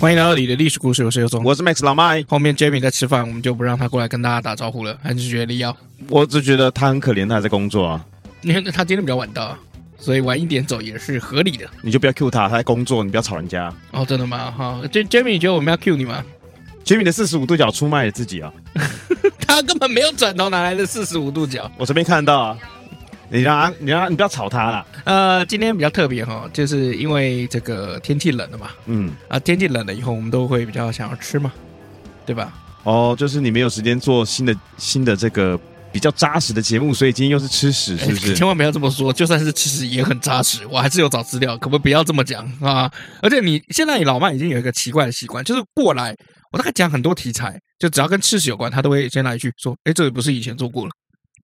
欢迎来到你的历史故事，我是尤总。我是 Max 老麦，后面 Jamie 在吃饭，我们就不让他过来跟大家打招呼了，还是觉得力要，我只觉得他很可怜，他还在工作啊，因为他今天比较晚到，啊所以晚一点走也是合理的。你就不要 Q 他，他在工作，你不要吵人家。哦，真的吗？哈、j Jamie，你觉得我们要 cue 你吗？ 杰米的四十五度角出卖了自己啊，他根本没有转头，哪来的四十五度角？我随便看到啊，你让他，你让他，你不要吵他啦，呃，今天比较特别哈、就是因为这个天气冷了嘛，嗯，啊，天气冷了以后，我们都会比较想要吃嘛，对吧？哦，就是你没有时间做新的新的这个比较扎实的节目，所以今天又是吃屎，是不哎是？千万不要这么说，就算是其实也很扎实，我还是有找资料，可不可以不要这么讲啊？而且你现在你老麦已经有一个奇怪的习惯，就是过来我大概讲很多题材，就只要跟吃屎有关，他都会先来一句说：“哎，这个不是以前做过了。”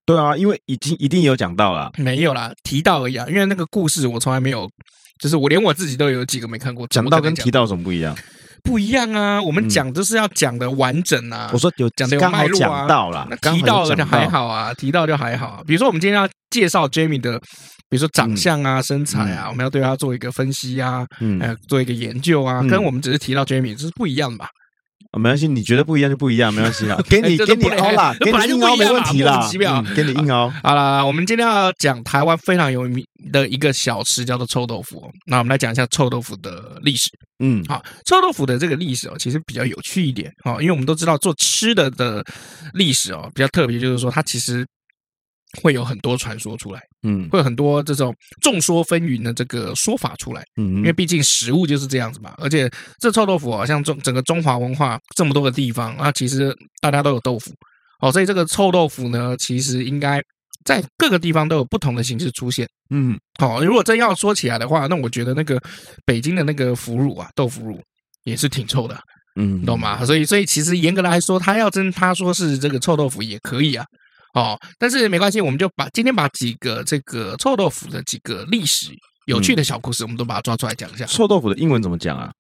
对啊，因为已经一定有讲到了，没有啦，提到而已啊，因为那个故事我从来没有，就是我连我自己都有几个没看过，讲到跟怎提么到有什么不一样？可能讲不一样啊。我们嗯讲就是要讲的完整啊，我说有讲得有刚好脉络啊讲到啦那，刚提好到有了就讲还，好啊，提到就还好啊。比如说我们今天要介绍 Jamie 的，比如说长相啊、身材啊，我们要对他做一个分析啊，嗯，呃，做一个研究啊，嗯跟我们只是提到 Jamie 这是不一样的吧？啊没关系，你觉得不一样就不一样，没关系啦，给哎你这给都你不能凹啦，这 给本来你就硬不凹一样没啦问题莫啦名其，妙嗯给你硬凹，好啦，我们今天要讲台湾非常有名的一个小吃，叫做臭豆腐哦。那我们来讲一下臭豆腐的历史。嗯好，臭豆腐的这个历史哦，其实比较有趣一点哦，因为我们都知道做吃的的历史哦，比较特别，就是说它其实会有很多传说出来，嗯会有很多这种众说纷纭的这个说法出来，嗯因为毕竟食物就是这样子嘛。而且这臭豆腐哦好、像中整个中华文化这么多个地方啊，其实大家都有豆腐哦，所以这个臭豆腐呢，其实应该在各个地方都有不同的形式出现。嗯。好、如果真要说起来的话，那我觉得那个北京的那个腐乳啊，豆腐乳也是挺臭的，嗯你懂？吗？所以，所以其实严格来说，他要真他说是这个臭豆腐也可以啊。哦，但是没关系，我们就把今天把几个这个臭豆腐的几个历史有趣的小故事，我们都把它抓出来讲一下。臭豆腐的英文怎么讲啊？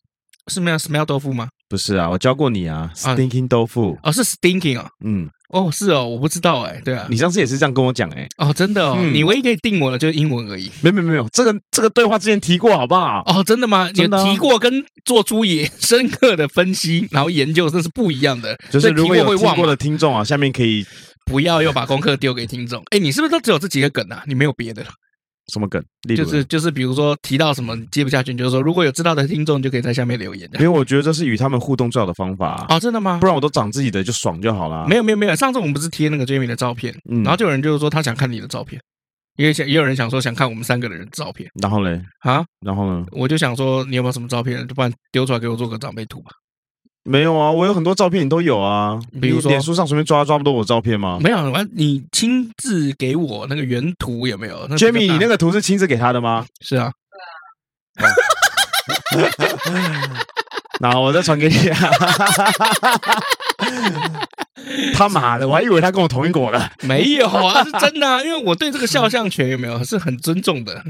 是没有 smell 豆腐吗？不是啊，我教过你啊，stinking 豆腐。哦，是 stinking 哦，嗯，哦是哦，我不知道哎，对啊你，上次也是这样跟我讲哎，哦真的哦，嗯你唯一可以定我的就是英文而已。没有没有没有，这个这个对话之前提过好不好？哦，真的吗？有真的啊提过跟做出也深刻的分析，然后研究，这是不一样的。就是所以如果提过有会听忘过嘛，的听众啊，下面可以不要又把功课丢给听众。哎，你是不是都只有这几个梗啊？你没有别的了？什么梗？例如就呢，是就是，比如说提到什么你接不下去，你就说如果有知道的听众就可以在下面留言因为我觉得这是与他们互动最好的方法啊，哦，真的吗不？然我都长自己的就爽就好啦。没有没有没有，上次我们不是贴那个 Jamie 的照片，嗯然后就有人就是说他想看你的照片，因为想也有人想说想看我们三个人的照片然后嘞，啊，然后呢？我就想说你有没有什么照片，就不然丢出来给我做个长辈图吧。没有啊，我有很多照片你都有啊，比如说你脸书上随便抓抓不到我照片吗没有，完你亲自给我那个原图有没有那比较大？Jamie，你那个图是亲自给他的吗？是啊，那我再传给你、 啊。他妈的，我还以为他跟我同一国的。没有啊，是真的、啊，因为我对这个肖像权有没有是很尊重的，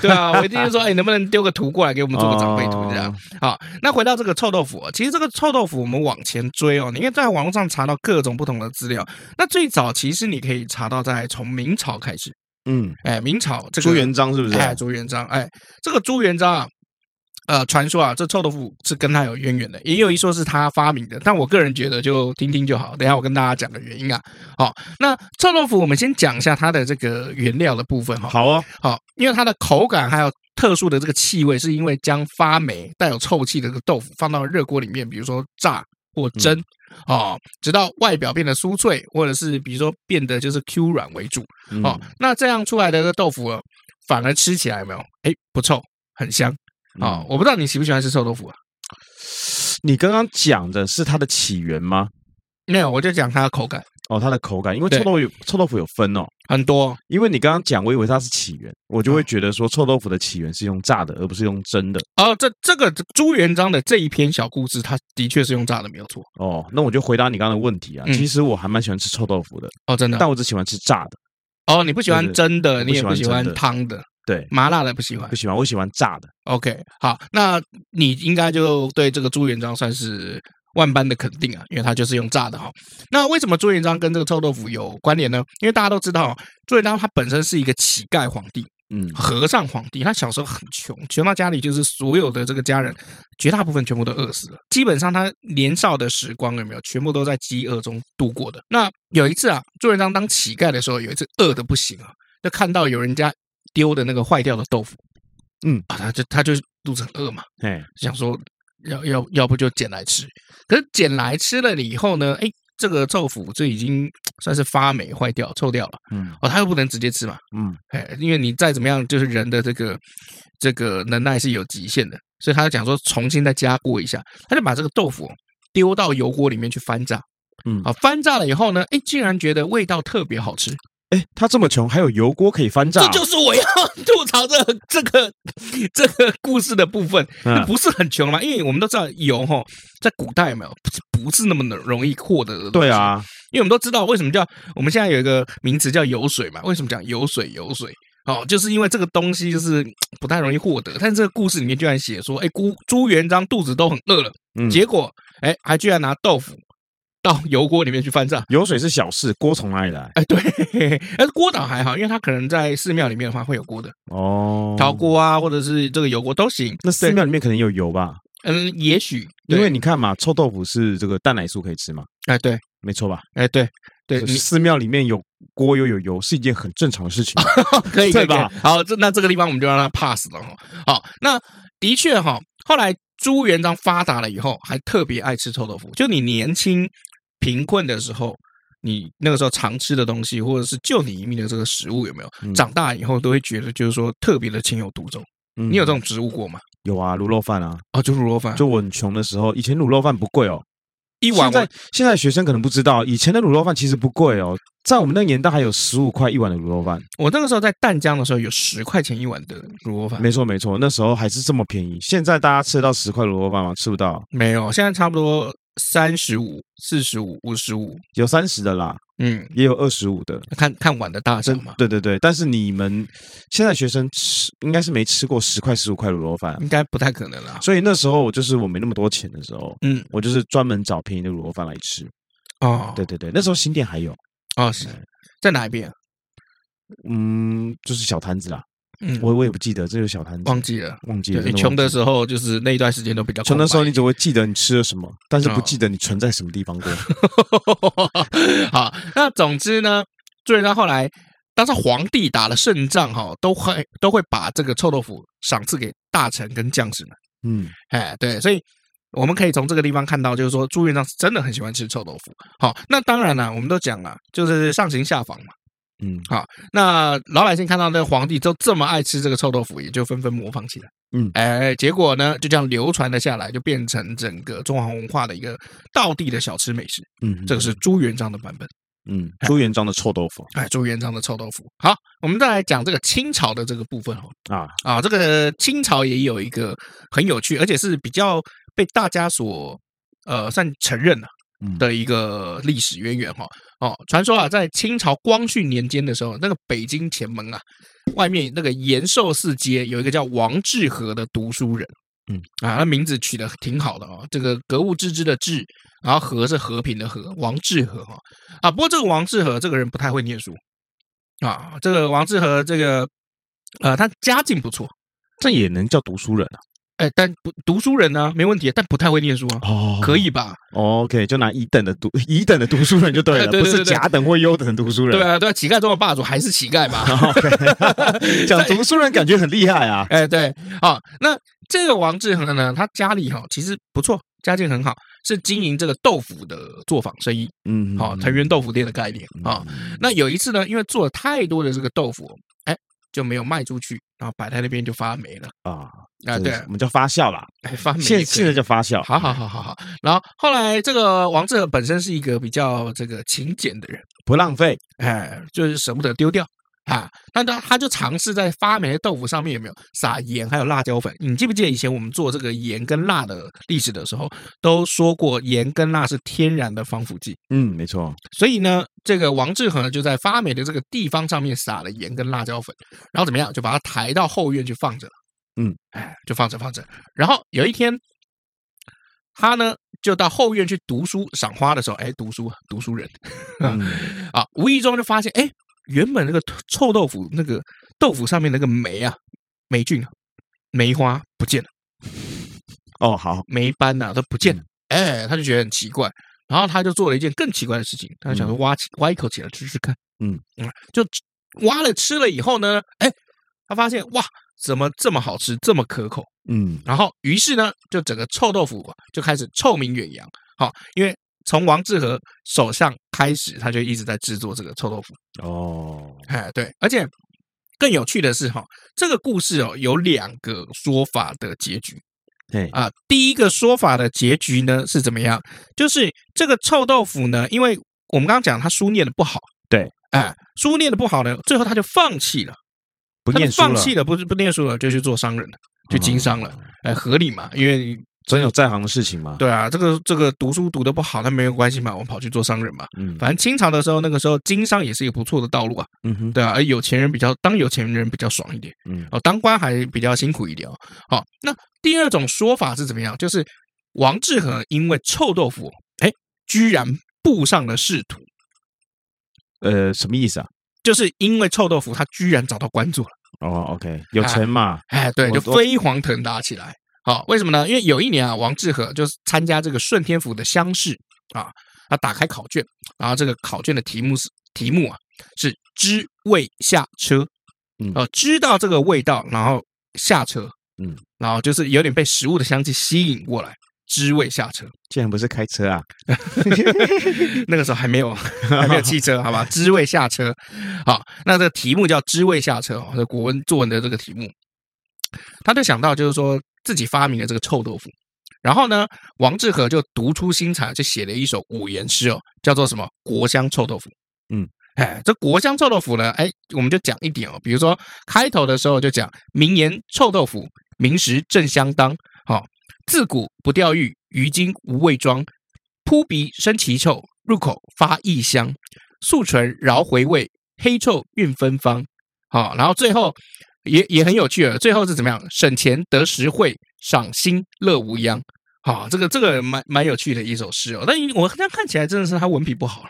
对啊，我一定是说，哎，能不能丢个图过来给我们做个长辈图这样？哦好，那回到这个臭豆腐、哦，其实这个臭豆腐我们往前追哦，你可以在网络上查到各种不同的资料。那最早其实你可以查到在从明朝开始，嗯，哎，明朝这个朱元璋是不是？哎，朱元璋，哎，这个朱元璋啊，呃，传说啊，这臭豆腐是跟他有渊源的，也有一说是他发明的，但我个人觉得就听听就好。等一下我跟大家讲个原因啊。好，那臭豆腐我们先讲一下它的这个原料的部分哈。好哦，好，因为它的口感还有特殊的这个气味，是因为将发霉、带有臭气的这个豆腐放到热锅里面，比如说炸或嗯蒸，哦，直到外表变得酥脆，或者是比如说变得就是 Q 软为主。嗯哦，，那这样出来的这个豆腐哦反而吃起来有没有？哎，不臭，很香啊、哦嗯我不知道你喜不喜欢吃臭豆腐啊？你刚刚讲的是它的起源吗？没有，我就讲它的口感哦，它的口感，因为对臭豆腐有臭豆腐有分哦。很多因为你刚刚讲，我以为它是起源，我就会觉得说臭豆腐的起源是用炸的，而不是用蒸的。哦。这这个朱元璋的这一篇小故事，它的确是用炸的，没有错哦，那我就回答你刚刚的问题啊。嗯其实我还蛮喜欢吃臭豆腐的，哦，真的但我只喜欢吃炸的。哦。你不喜欢对对蒸的，我你也不喜不欢喜欢蒸的汤的对，麻辣的不喜欢不。喜欢，我喜欢炸的。 OK，好，那你应该就对这个朱元璋算是万般的肯定啊，因为他就是用炸的哈。那为什么朱元璋跟这个臭豆腐有关联呢？因为大家都知道，啊朱元璋他本身是一个乞丐皇帝，嗯，和尚皇帝，他小时候很穷，穷到家里就是所有的这个家人，绝大部分全部都饿死了。基本上他年少的时光有没有，全部都在饥饿中度过的。那有一次啊，朱元璋当乞丐的时候，有一次饿的不行啊，就看到有人家丢的那个坏掉的豆腐，嗯啊，他就他就肚子很饿嘛，哎，想说要要要不就捡来吃，可是捡来吃了以后呢，哎，这个豆腐就已经算是发霉坏掉臭掉了，嗯哦，他又不能直接吃嘛。嗯，哎，因为你再怎么样，就是人的这个这个能耐是有极限的，所以他就讲说重新再加锅一下，他就把这个豆腐丢到油锅里面去翻炸，嗯好翻炸了以后呢，哎，竟然觉得味道特别好吃，哎，他这么穷，还有油锅可以翻炸这啊，就是我要吐槽这个这个这个故事的部分，嗯 那不是很穷吗？因为我们都知道油哈，在古代有没有不是那么能容易获得的，对，啊，因为我们都知道为什么叫我们现在有一个名词叫油水嘛，为什么讲油水油水？哦，就是因为这个东西就是嗯不太容易获得，但是这个故事里面居然写说，哎，朱朱元璋肚子都很饿了，嗯，结果哎还居然拿豆腐到油锅里面去翻炸。油水是小事，锅从哪里来？哎，对， 但是锅岛还好，因为它可能在寺庙里面的话会有锅的，哦，陶锅啊，或者是这个油锅都行。那寺庙里面可能有油吧？嗯，也许因为你你看嘛，臭豆腐是这个蛋奶酥可以吃嘛，哎对没错吧？哎对对，就你是寺庙里面有锅又有油是一件很正常的事情。 可以可对以吧可以好，这那这个地方我们就让他 pass 了哈。好，那的确哈，后来朱元璋发达了以后，还特别爱吃臭豆腐。就你年轻贫困的时候，你那个时候常吃的东西，或者是救你一命的这个食物，有没有？嗯长大以后都会觉得就是说特别的情有独钟。你你有这种植物过吗？嗯有啊，卤肉饭啊，嗯哦，就卤肉饭，就我很穷的时候，以前卤肉饭不贵哦。 一碗现我在现在学生可能不知道，以前的卤肉饭其实不贵哦，在我们那个年代还有十五块一碗的卤肉饭。我那个时候在淡江的时候有十块钱一碗的卤肉饭，没错没错，那时候还是这么便宜。现在大家吃得到十块卤肉饭吗？吃不到，没有，现在差不多三十五、四十五、五十五，有三十的啦，嗯，也有二十五的。看看碗的大小真嘛。对对对，但是你们现在学生吃应该是没吃过十块十五块卤肉饭，啊应该不太可能啦。所以那时候我就是我没那么多钱的时候，嗯，我就是专门找便宜的卤肉饭来吃。哦，对对对，那时候新店还有，哦，是在哪一边？嗯，就是小摊子啦，嗯，我我也不记得，这就是小摊子，忘记了。忘记了。对，真的穷的忘记了时候就是那一段时间都比较穷的时候，空你只会记得你吃了什么，但是不哦记得你存在什么地 方过。白 好，那总之呢，朱元璋后来当上皇帝打了胜仗哈，都会都会把这个臭豆腐赏赐给大臣跟将士们。嗯，哎，对，所以我们可以从这个地方看到，就是说朱元璋是真的很喜欢吃臭豆腐。好，那当然了，我们都讲了，就是上行下访嘛。嗯那老百姓看到那个皇帝都这么爱吃这个臭豆腐，也就纷纷模仿起来。嗯哎，结果呢，就这样流传了下来，就变成整个中华文化的一个道地的小吃美食。嗯，这个是朱元璋的版本， 嗯朱元璋的臭豆腐哎，朱元璋的臭豆腐。好，我们再来讲这个清朝的这个部分哦。啊，啊，这个清朝也有一个很有趣，而且是比较被大家所呃算承认了嗯的一个历史渊源哈、哦。传说啊，在清朝光绪年间的时候，那个北京前门啊，外面那个延寿寺街有一个叫王致和的读书人，嗯啊，他名字取得挺好的哦，这个格物致知的致，然后和是和平的和，王致和哈、啊。不过这个王致和这个人不太会念书啊，这个王致和这个呃，他家境不错。这也能叫读书人啊？哎，但不读书人呢、没问题，但不太会念书啊，哦可以吧？ OK，就拿乙等的读乙等的读书人就对了， 对对对不是甲等或优等的读书人。对啊，对啊，乞丐中的霸主还是乞丐嘛。 OK，讲读书人感觉很厉害啊。哎，对，好，那这个王致和呢，他家里哈、其实不错，家境很好，是经营这个豆腐的作坊生意，嗯好、藤原豆腐店的概念啊、那有一次呢，因为做了太多的这个豆腐，哎，就没有卖出去，然后摆在那边就发霉了啊，啊，这对是，我们叫发酵啦，哎发霉也可以。现现在叫发酵。好好好好好，然后后来这个王致和本身是一个比较这个勤俭的人。不浪费。哎，就是舍不得丢掉啊，那他他就尝试在发霉的豆腐上面有没有撒盐，还有辣椒粉。你记不记得以前我们做这个盐跟辣的历史的时候，都说过盐跟辣是天然的防腐剂。嗯，没错， 所以呢，这个王致和呢就在发霉的这个地方上面撒了盐跟辣椒粉，然后怎么样，就把它抬到后院去放着。嗯，哎，就放着放着。然后有一天，他呢就到后院去读书赏花的时候，哎，读书读书人，嗯，啊，无意中就发现，哎，原本那个臭豆腐那个豆腐上面那个霉啊、霉菌、啊、霉花不见了，哦，好，霉斑呐、都不见了，哎，他就觉得很奇怪，然后他就做了一件更奇怪的事情，他就想说挖起挖一口起来吃吃看，嗯嗯，就吃挖了吃了以后呢，哎，他发现哇，怎么这么好吃，这么可口？嗯然后于是呢，就整个臭豆腐啊就开始臭名远扬。好、因为从王致和手上开始，他就一直在制作这个臭豆腐。哦，哎，对，而且更有趣的是哈、这个故事哦有两个说法的结局对，啊。第一个说法的结局呢是怎么样？就是这个臭豆腐呢，因为我们刚刚讲他书念的不好，对，哎，书念的不好呢，最后他就放弃了，不他就念书放了，哦弃了，不是不念书了，就去做商人了，去经商了，哎，合理嘛？因为真有在行的事情吗？，对啊，这个这个读书读的不好，那没有关系嘛，我跑去做商人嘛。嗯反正清朝的时候，那个时候经商也是一个不错的道路啊，嗯哼，对啊，而有钱人比较当有钱人比较爽一点。嗯哦，当官还比较辛苦一点哦。好、那第二种说法是怎么样？就是王致和因为臭豆腐，哎，居然步上了仕途，呃，什么意思啊？就是因为臭豆腐，他居然找到官做了。哦，OK，有钱嘛，哎，对，我就飞黄腾达起来。好、为什么呢？因为有一年啊，王致和就是参加这个顺天府的乡试啊，他打开考卷，然后这个考卷的题目是题目啊是知味下车，嗯呃，知道这个味道，然后下车，嗯，然后就是有点被食物的香气吸引过来，知味下车。竟然不是开车啊？ 那个时候还没有还没有汽车，好吧？知味下车，好，那这个题目叫知味下车哦，这国文作文的这个题目，他就想到就是说自己发明了这个臭豆腐，然后呢，王致和就独出心裁，就写了一首五言诗哦，叫做什么《国香臭豆腐》。嗯，哎，这国香臭豆腐呢，哎，我们就讲一点哦，比如说开头的时候就讲名言臭豆腐，名实正相当，好、自古不钓鱼，于今无味装。扑鼻生奇臭，入口发异香。素唇饶回味，黑臭韵芬芳。好、然后最后也也很有趣了，最后是怎么样？省钱得实惠，赏心乐无恙。好、这个这个蛮蛮有趣的一首诗哦。但我这样看起来真的是他文笔不好了，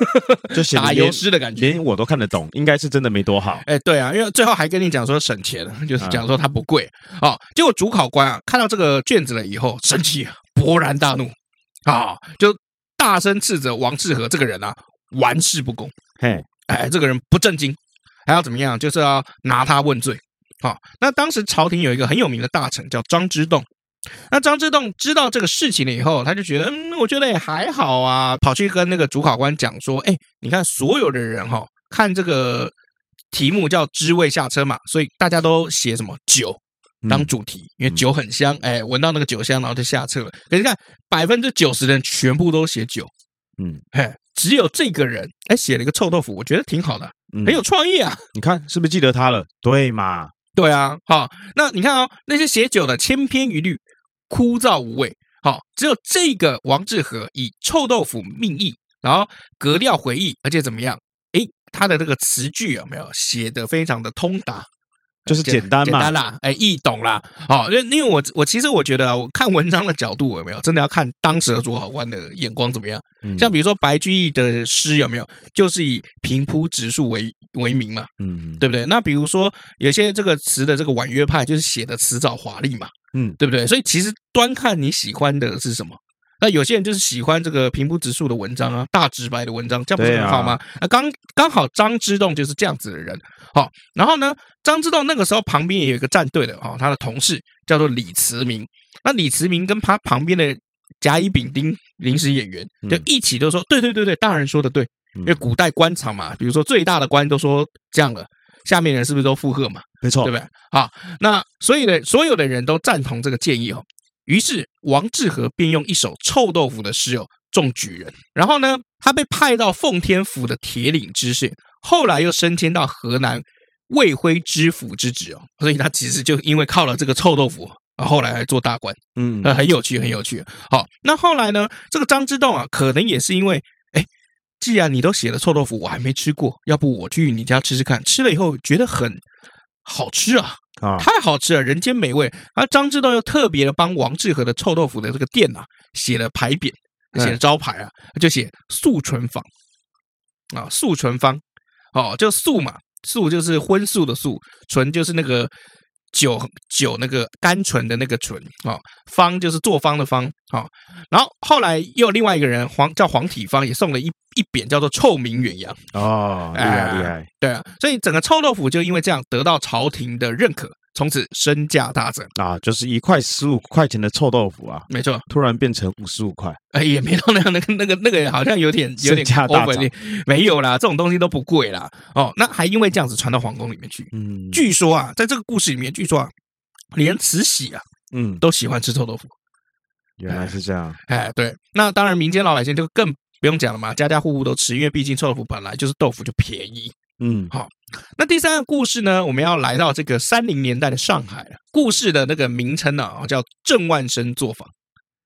就写得打连油诗的感觉。连我都看得懂，应该是真的没多 好。哎，对啊，因为最后还跟你讲说省钱，就是讲说它不贵哦。结果主考官啊看到这个卷子了以后，生气，勃然大怒啊、就大声斥责王致和这个人啊玩世不恭，嘿，哎，这个人不正经，还要怎么样？就是要拿他问罪。好、那当时朝廷有一个很有名的大臣叫张之洞。那张之洞知道这个事情了以后，他就觉得，嗯，我觉得也还好啊，跑去跟那个主考官讲说，哎，你看所有的人哈、看这个题目叫“知味下车”嘛，所以大家都写什么酒当主题，因为酒很香，哎，闻到那个酒香，然后就下车了。可是你看，百分之九十的人全部都写酒，嗯，哎，只有这个人，哎，写了一个臭豆腐，我觉得挺好的，嗯很有，创意啊。 你看是不是记得他了？对嘛？对啊，好、那你看哦，那些写酒的千篇一律，枯燥无味。好、只有这个王致和以臭豆腐命意，然后格调回忆，而且怎么样？诶，他的这个词句有没有写的非常的通达？就是简单简嘛单，啦，哎，易懂啦。好、因为因为我我其实我觉得啊，我看文章的角度有没有，真的要看当时的主考官的眼光怎么样。嗯像比如说白居易的诗有没有，就是以平铺直述为为名嘛，嗯，对不对？那比如说有些这个词的这个婉约派，就是写的辞藻华丽嘛，嗯对不对？所以其实端看你喜欢的是什么。那有些人就是喜欢这个平铺直述的文章啊，大直白的文章，这样不是对啊很好吗？那刚刚好张之洞就是这样子的人。好、然后呢，张之洞那个时候旁边也有一个战队的哦，他的同事叫做李慈铭。那李慈铭跟他旁边的甲乙丙丁临时演员嗯就一起都说，对对对对，大人说的对。嗯因为古代官场嘛，比如说最大的官都说这样了，下面人是不是都附和嘛？没错，对不对？好，那所以呢，所有的人都赞同这个建议哦。于是王致和便用一首臭豆腐的诗哦中举人，然后呢，他被派到奉天府的铁岭知县，后来又升迁到河南卫辉知府之职哦，所以他其实就因为靠了这个臭豆腐，然后后来还做大官，嗯呃，很有趣，很有趣。好，那后来呢，这个张之洞啊，可能也是因为，哎，既然你都写了臭豆腐，我还没吃过，要不我去你家吃吃看，吃了以后觉得很好吃啊，啊，太好吃了，人间美味。而张之洞又特别的帮王致和的臭豆腐的这个店啊写了牌匾，嗯写了招牌啊，就写素纯坊啊，素纯坊哦，就素嘛，素就是荤素的素，纯就是那个酒酒那个甘醇的那个醇哦，方就是作坊的方哦。然后后来又有另外一个人黄叫黄体芳也送了一一匾叫做臭名远扬。哦，厉害厉害，对啊，所以整个臭豆腐就因为这样得到朝廷的认可，从此身价大增。啊，就是一块十五块钱的臭豆腐啊，没错，突然变成五十五块，哎，也没到那样，那个那个那个好像有点有点身价大涨 over 了没有啦，这种东西都不贵啦。哦，那还因为这样子传到皇宫里面去。嗯，据说啊，在这个故事里面，据说啊，连慈禧啊嗯，都喜欢吃臭豆腐。原来是这样，哎，对，那当然民间老百姓就更不用讲了嘛，家家户户都吃，因为毕竟臭豆腐本来就是豆腐就便宜。嗯那第三个故事呢，我们要来到这个三零年代的上海了。故事的那个名称呢、啊，叫郑万生作坊。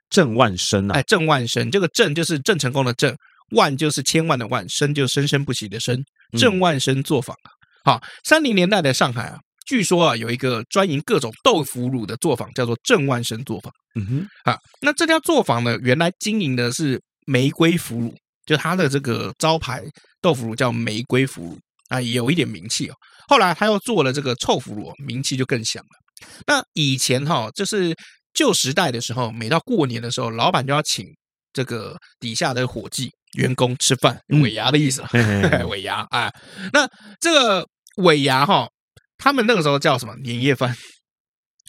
郑万生啊哎，，郑万生，这个郑就是郑成功的郑，万就是千万的万，生就是生生不息的生。嗯郑万生作坊啊，好，三零年代的上海啊，据说啊有一个专营各种豆腐乳的作坊，叫做郑万生作坊嗯哼，啊。那这家作坊呢，原来经营的是玫瑰腐乳，就它的这个招牌豆腐乳叫玫瑰腐乳啊，有一点名气哦。后来他又做了这个臭腐乳哦，名气就更响了。那以前哈、就是旧时代的时候，每到过年的时候，老板就要请这个底下的伙计员工吃饭，嗯尾牙的意思啦，嘿嘿嘿 尾牙啊。那这个尾牙哈、他们那个时候叫什么年夜饭？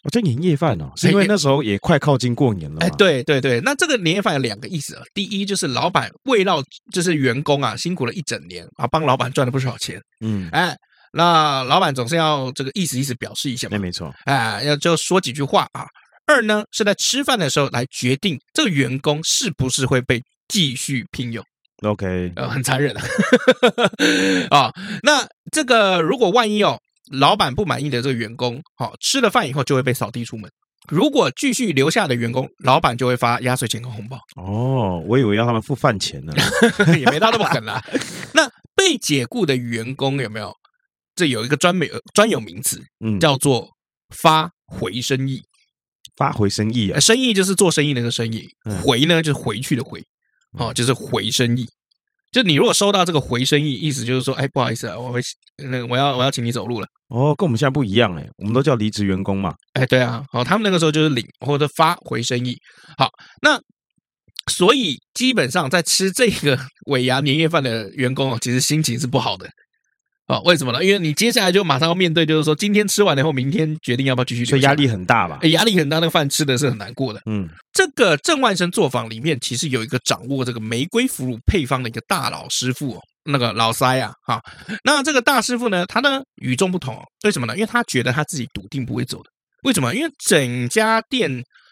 我这年夜饭哦，是因为那时候也快靠近过年了嘛，哎，对对对，那这个年夜饭有两个意思啊。第一就是老板慰劳，就是员工啊辛苦了一整年啊，帮老板赚了不少钱。嗯，哎，那老板总是要这个意思意思表示一下那嘛，没错，哎，要就说几句话啊。二呢是在吃饭的时候来决定这个员工是不是会被继续聘用。 OK，呃，很残忍啊。 啊、那这个如果万一哦，老板不满意的这个员工，好、吃了饭以后就会被扫地出门。如果继续留下的员工，老板就会发压岁钱跟红包， 哦，我以为要他们付饭钱呢，也没到那么狠啦。那被解雇的员工有没有？这有一个专美呃专有名词嗯，叫做发回生意，发回生意啊呃，生意就是做生意那个生意，嗯回呢就是回去的回，哦，就是回生意。就你如果收到这个回生意，意思就是说，哎，不好意思啊，我会那个我要我要请你走路了。哦，跟我们现在不一样哎，我们都叫离职员工嘛，哎，对啊，哦，他们那个时候就是领或者发回生意。好，那所以基本上在吃这个 尾牙年夜饭的员工哦，其实心情是不好的。哦，为什么呢？因为你接下来就马上要面对，就是说今天吃完了以后，明天决定要不要继续留下所来，以压力很大吧哎、？压力很大，那个饭吃的是很难过的。嗯，这个郑万生作坊里面，其实有一个掌握这个玫瑰腐乳配方的一个大老师傅、哦，那个老塞啊，哈、那这个大师傅呢，他呢与众不同、哦，为什么呢？因为他觉得他自己笃定不会走的，为什么？因为整家店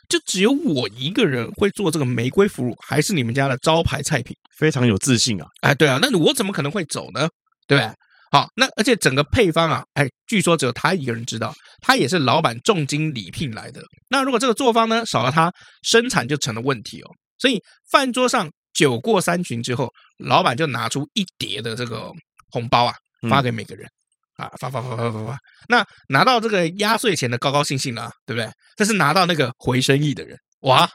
就只有我一个人会做这个玫瑰腐乳，还是你们家的招牌菜品。非常有自信啊，哎，对啊，那我怎么可能会走呢？对不对？好，那而且整个配方啊，哎，据说只有他一个人知道，他也是老板重金礼聘来的。那如果这个作坊呢少了他，生产就成了问题哦。所以饭桌上酒过三巡之后，老板就拿出一叠的这个红包啊，发给每个人、啊，发发发发发发。那拿到这个压岁钱的高高兴兴了、啊，对不对？但是拿到那个回生意的人，哇，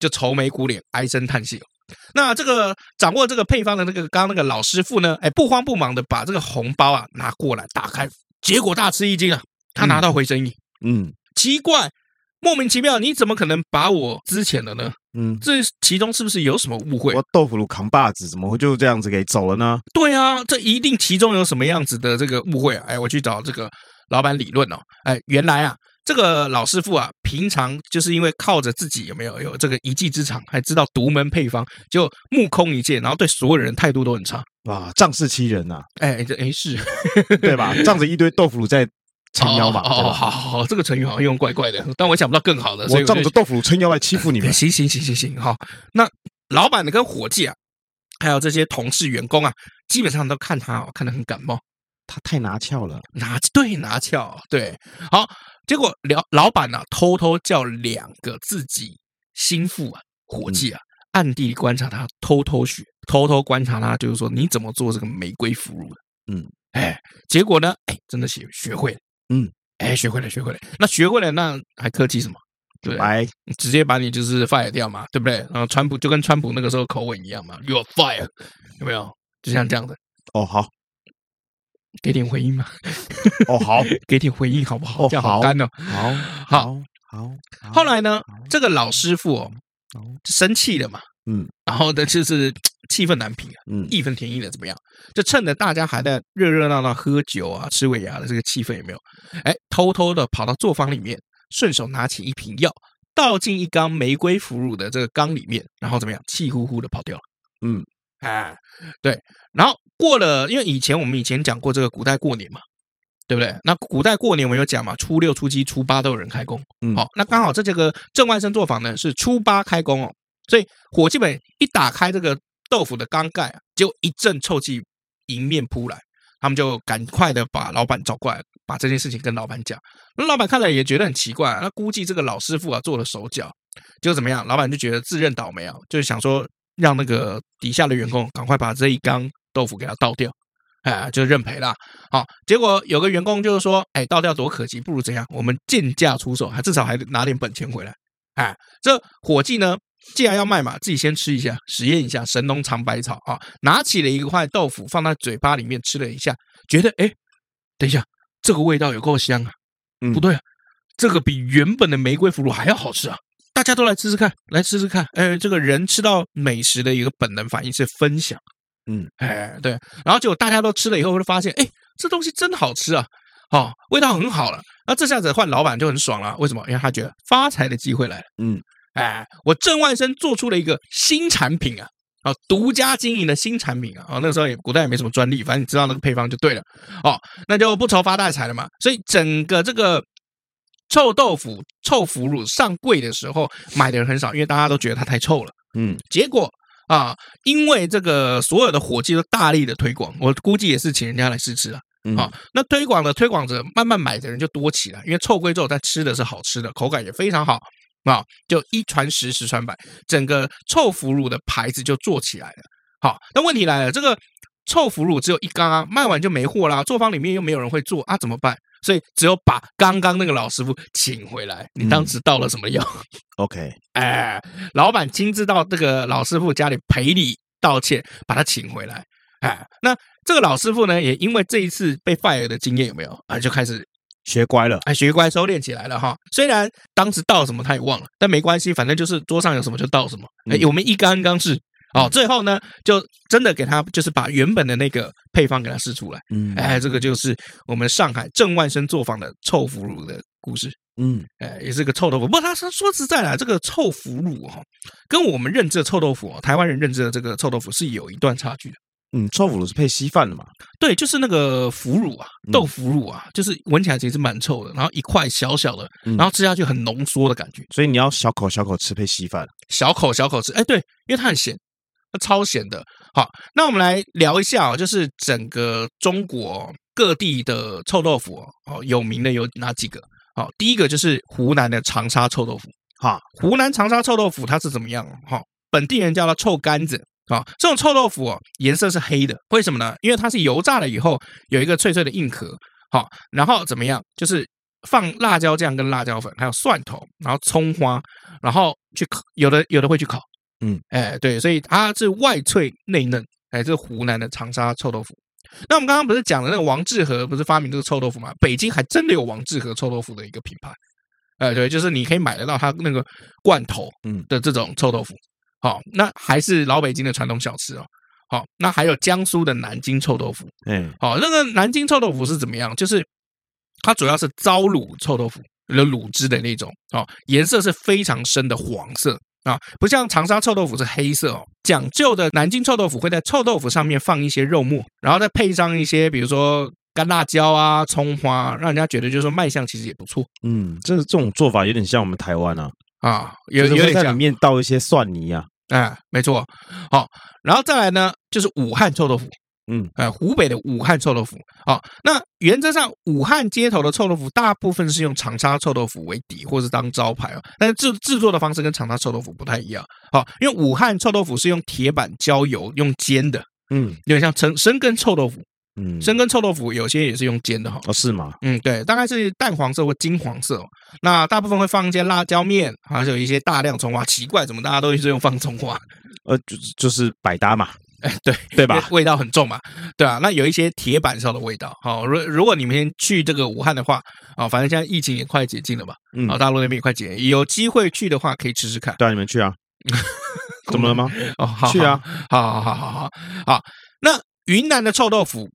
就愁眉苦脸，唉声叹气哦。那这个掌握这个配方的那个刚刚那个老师傅呢，哎，不慌不忙的把这个红包啊拿过来打开，结果大吃一惊啊，他拿到回声音，嗯奇怪，莫名其妙，你怎么可能把我之前的呢？嗯，这其中是不是有什么误会？我豆腐乳扛把子，怎么会就这样子给走了呢？对啊，这一定其中有什么样子的这个误会啊！哎，我去找这个老板理论哦。哎，原来啊，这个老师傅啊，平常就是因为靠着自己有没有有这个一技之长，还知道独门配方，就目空一切，然后对所有人态度都很差。哇，仗势欺人呐，哎，这哎 是对吧？仗着一堆豆腐乳在撑腰嘛，哦哦，对哦吧？好好好，这个成语好像用怪怪的，但我想不到更好的，所以我我就仗着豆腐乳撑腰来欺负你们行行行行行，好，那老板的跟伙计啊，还有这些同事员工啊，基本上都看他、哦、看得很感冒，他太拿翘了，拿 对拿翘，对，好，结果老老板呢、偷偷叫两个自己心腹啊嗯伙计啊、暗地观察他，偷偷学，偷偷观察他，就是说你怎么做这个玫瑰腐乳的，嗯，哎，结果呢，哎，真的学学会了，嗯，哎，学会了，学会了，那学会了，那还客气什么？对不对，来，直接把你就是 fire 掉嘛，对不对？然后川普就跟川普那个时候口吻一样嘛，you are fire，有没有？就像这样的，哦 好，给点回应嘛，哦好，给点回应好不好？哦这样 好好干哦。好，好好，好，后来呢好，这个老师傅哦好，生气了嘛，嗯，然后呢就是气愤难平啊，嗯，义愤填膺的怎么样？就趁着大家还在热热闹闹喝酒啊、吃尾牙的这个气氛有没有？哎，偷偷的跑到作坊里面，顺手拿起一瓶药，倒进一缸玫瑰腐乳的这个缸里面，然后怎么样？气呼呼的跑掉了。嗯，哎，对。然后过了，因为以前我们以前讲过这个古代过年嘛，对不对？那古代过年我们有讲嘛，初六、初七、初八都有人开工。嗯好、那刚好这这个正外生作坊呢是初八开工哦，所以伙计们一打开这个豆腐的缸盖啊，结果一阵臭气迎面扑来，他们就赶快的把老板找过来，把这件事情跟老板讲。那老板看了也觉得很奇怪、啊，那估计这个老师傅啊做了手脚，结果怎么样？老板就觉得自认倒霉啊，就是想说让那个底下的员工赶快把这一缸豆腐给他倒掉。哎，就认赔啦。好、结果有个员工就是说，哎，倒掉多可惜，不如怎样？我们贱价出手，还至少还拿点本钱回来。哎，这伙计呢，既然要卖嘛，自己先吃一下，实验一下神农尝百草啊。拿起了一块豆腐放在嘴巴里面吃了一下，觉得哎，等一下，这个味道有够香啊！嗯不对、啊，这个比原本的玫瑰腐乳还要好吃啊！大家都来吃吃看，来吃吃看。哎，这个人吃到美食的一个本能反应是分享。嗯，哎，对，然后结果大家都吃了以后，会发现，哎，这东西真好吃啊，哦，味道很好了。那这下子换老板就很爽了，为什么？因为他觉得发财的机会来了。嗯，哎，我郑万生做出了一个新产品啊，啊，独家经营的新产品啊，啊，那个时候也古代也没什么专利，反正你知道那个配方就对了。哦，那就不愁发大财了嘛。所以整个这个臭豆腐、臭腐乳上柜的时候，买的人很少，因为大家都觉得它太臭了。嗯，结果啊，因为这个所有的伙计都大力的推广，我估计也是请人家来试吃了。嗯啊，那推广的推广者慢慢买的人就多起来，因为臭龟肉但吃的是好吃的，口感也非常好啊，就一传十，十传百，整个臭腐乳的牌子就做起来了。好，那问题来了，这个臭腐乳只有一缸啊，卖完就没货啦，作坊里面又没有人会做啊，怎么办？所以只有把刚刚那个老师傅请回来，你当时倒了什么药？ ，OK，哎，老板亲自到这个老师傅家里赔礼道歉，把他请回来。哎，那这个老师傅呢，也因为这一次被 fire 的经验有没有啊，就开始学乖了，哎学乖收敛起来了哈。虽然当时倒什么他也忘了，但没关系，反正就是桌上有什么就倒什么。哎，嗯我们一缸一缸试。哦，最后呢，就真的给他就是把原本的那个配方给他试出来。嗯，哎，这个就是我们上海郑万生作坊的臭腐乳的故事。嗯，哎，也是个臭豆腐。不过他说说实在啦，这个臭腐乳哈、哦，跟我们认知的臭豆腐、哦，台湾人认知的这个臭豆腐是有一段差距的。嗯，臭腐乳是配稀饭的嘛？对，就是那个腐乳啊，嗯豆腐乳啊，就是闻起来其实蛮臭的，然后一块小小的，嗯然后吃下去很浓缩的感觉，所以你要小口小口吃配稀饭。小口小口吃。哎，对，因为它很咸，它超咸的。好，那我们来聊一下哦，就是整个中国各地的臭豆腐哦，哦有名的有哪几个？好，第一个就是湖南的长沙臭豆腐。哈，湖南长沙臭豆腐它是怎么样？哈、本地人叫它臭干子啊、这种臭豆腐哦，颜色是黑的，为什么呢？因为它是油炸了以后有一个脆脆的硬壳，好、然后怎么样？就是放辣椒酱跟辣椒粉，还有蒜头，然后葱花，然后去烤，有的有的会去烤，嗯，哎，对，所以它是外脆内嫩，哎，这是湖南的长沙臭豆腐。那我们刚刚不是讲的那个王致和不是发明这个臭豆腐吗？北京还真的有王致和臭豆腐的一个品牌。哎，对，就是你可以买得到它那个罐头，嗯的这种臭豆腐。好、那还是老北京的传统小吃哦。好、那还有江苏的南京臭豆腐。哎，好、哦那个南京臭豆腐是怎么样？就是它主要是糟卤臭豆腐，有卤汁的那种哦，颜色是非常深的黄色啊，不像长沙臭豆腐是黑色哦。讲究的南京臭豆腐会在臭豆腐上面放一些肉末，然后再配上一些比如说干辣椒啊、葱花，让人家觉得就是说卖相其实也不错嗯，这这种做法有点像我们台湾啊，啊，有就是有会点在里像。面倒一些蒜泥啊，哎，没错，好，然后再来呢，就是武汉臭豆腐，嗯，呃，湖北的武汉臭豆腐，好，那原则上武汉街头的臭豆腐大部分是用长沙臭豆腐为底，或是当招牌哦，但是制制作的方式跟长沙臭豆腐不太一样，好，因为武汉臭豆腐是用铁板浇油用煎的，嗯有点像生生根臭豆腐，嗯，生根臭豆腐有些也是用煎的哈、哦是吗？嗯，对，大概是淡黄色或金黄色、哦。那大部分会放一些辣椒面，还有一些大量葱花。奇怪，怎么大家都一直用放葱花？呃，就是就是百搭嘛，哎， 对，对对吧？味道很重嘛，对啊。那有一些铁板烧的味道。好、如如果你们去这个武汉的话，啊、反正现在疫情也快解禁了嘛，嗯啊、大陆那边也快解，有机会去的话可以吃吃看。对啊，你们 去啊？怎么了吗？哦，好，去啊！好，好好好好好。那云南的臭豆腐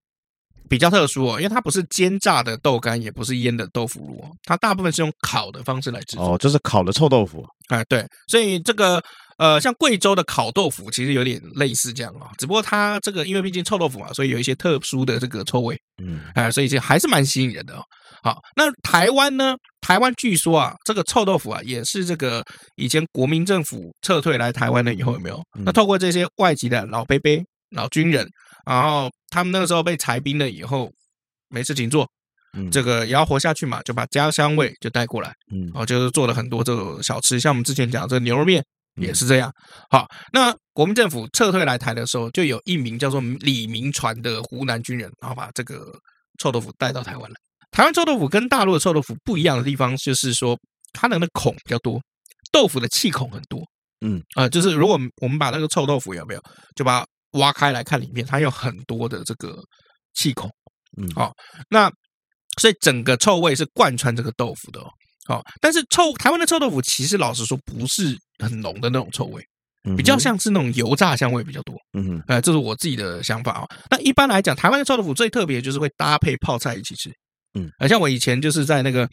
比较特殊哦，因为它不是煎炸的豆干，也不是腌的豆腐乳哦，它大部分是用烤的方式来制作。哦，就是烤的臭豆腐，哎，对，所以这个呃，像贵州的烤豆腐其实有点类似这样啊、只不过它这个因为毕竟臭豆腐嘛，所以有一些特殊的这个臭味，嗯，哎、所以这还是蛮吸引人的、哦。好，那台湾呢？台湾据说啊，这个臭豆腐啊，也是这个以前国民政府撤退来台湾了以后，有没有？那嗯透过这些外籍的老伯伯、老军人，然后他们那个时候被裁兵了以后，没事情做，嗯这个也要活下去嘛，就把家乡味就带过来。嗯哦，就是做了很多这种小吃，像我们之前讲的这个牛肉面嗯也是这样。好，那国民政府撤退来台的时候，就有一名叫做李铭传的湖南军人，然后把这个臭豆腐带到台湾来。台湾臭豆腐跟大陆的臭豆腐不一样的地方，就是说它的那个孔比较多，豆腐的气孔很多。嗯，啊，就是如果我们把那个臭豆腐有没有，就把它挖开来看里面，它有很多的这个气孔。嗯好那所以整个臭味是贯穿这个豆腐的哦。好、但是臭台湾的臭豆腐其实老实说不是很浓的那种臭味，比较，像是那种油炸香味比较多。嗯呃，这是我自己的想法哦。那一般来讲，台湾的臭豆腐最特别就是会搭配泡菜一起吃。嗯呃，像我以前就是在那个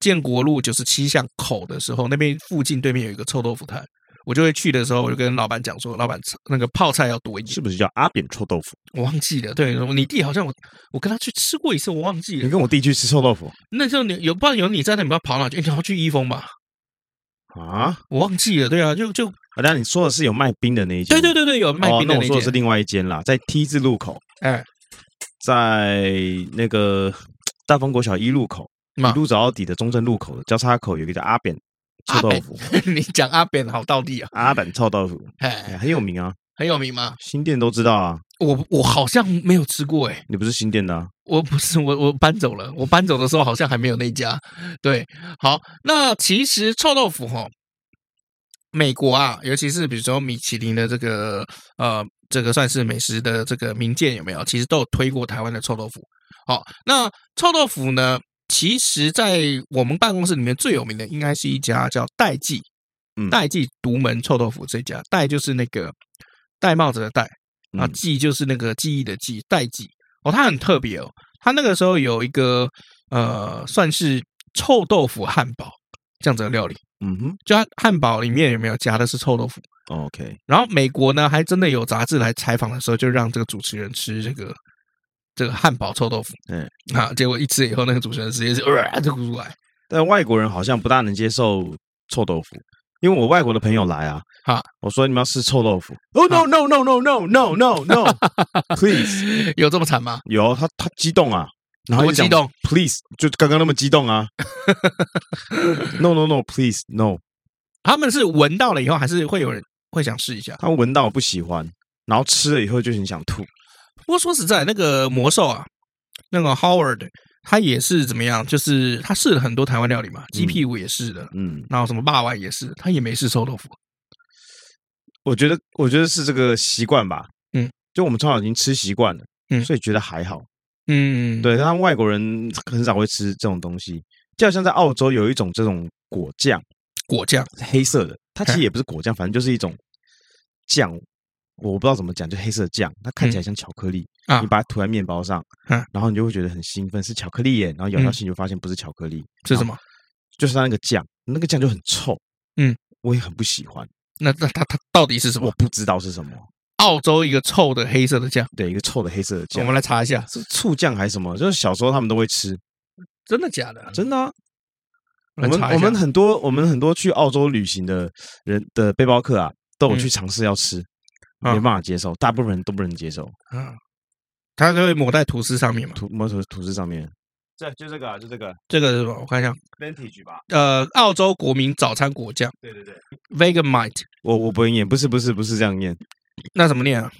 建国路九十七巷口的时候，那边附近对面有一个臭豆腐摊，我就会去的时候，我就跟老板讲说，老板那个泡菜要多一哼，点是，不是叫阿扁臭豆腐？我忘记了。对，你弟好像我我跟他去吃过一次，我忘记了你。跟我弟去吃臭 豆腐那时候你有不知道有你在那，你不知道跑哪去？诶你要去一峰吧？啊？我忘记了。对啊，就就啊，那你说的是有卖冰的那一间？对对对对，有卖哦，冰那的我一说的是间。另外一间啦，在 T 字路口，哎，在那个大丰国小一路口，嘛一路走到底的中正路口交叉口有一个叫阿扁臭豆腐， 你讲阿扁好道地啊，阿扁臭豆腐，哎，哎，很有名啊，很有名吗？新店都知道啊。我我好像没有吃过哎、你不是新店的、啊，我不是我我搬走了，我搬走的时候好像还没有那家。对，好，那其实臭豆腐哈，美国啊，尤其是比如说米其林的这个呃这个算是美食的这个名店有没有？其实都有推过台湾的臭豆腐。好，那臭豆腐呢，其实在我们办公室里面最有名的应该是一家叫戴记嗯，戴记独门臭豆腐这家，戴就是那个戴帽子的戴。啊，嗯记就是那个记忆的记，代记哦，它很特别哦。它那个时候有一个呃，算是臭豆腐汉堡这样子的料理，嗯哼就它汉堡里面有没有夹的是臭豆腐？ ，OK，然后美国呢，还真的有杂志来采访的时候，就让这个主持人吃这个这个汉堡臭豆腐，嗯， 啊，结果一吃以后，那个主持人直接是呃就吐出来，但外国人好像不大能接受臭豆腐，因为我外国的朋友来啊，哈，我说你们要吃臭豆腐，Oh no no no no no no no no please，有这么惨吗？有他他激动啊，然后多就讲激动，please 就刚刚那么激动 啊，no no no please no，他们是闻到了以后，还是会有人会想试一下。他闻到不喜欢，然后吃了以后就很想吐，不过说实在，那个魔兽啊，那个 Howard，他也是怎么样？就是他试了很多台湾料理嘛，鸡屁股也试了，嗯，然后什么霸王也是，他也没试臭豆腐。我觉得我觉得是这个习惯吧，嗯，就我们从小已经吃习惯了，嗯所以觉得还好。嗯，对，但外国人很少会吃这种东西，就好像在澳洲有一种这种果酱，果酱是黑色的，它其实 嗯也不是果酱，反正就是一种酱，我不知道怎么讲，就黑色酱，它看起来像巧克力，嗯啊你把它涂在面包上，嗯然后你就会觉得很兴奋，是巧克力耶，然后咬下嗯去你就发现不是巧克力，是什么？就是它那个酱，那个酱就很臭，嗯，我也很不喜欢，那那它它到底是什我么？不知道是什么，澳洲一个臭的黑色的酱，对，一个臭的黑色的我酱们。嗯来查一下，是醋酱还是什么？就是小时候他们都会吃，真的假的？真的啊、我来们查一我下们很多我们很多去澳洲旅行的人的背包客啊，都有去尝试要吃，啊没办法接受，大部分人都不能接受。啊，它就会抹在吐司上面嘛。吐摩托吐司上面，这就这个、啊，就这个这个是什么？我看一下， vintage 吧。呃，澳洲国民早餐果酱对对对， （Vegemite），我我不会念，不是不是不是这样念，那怎么念啊？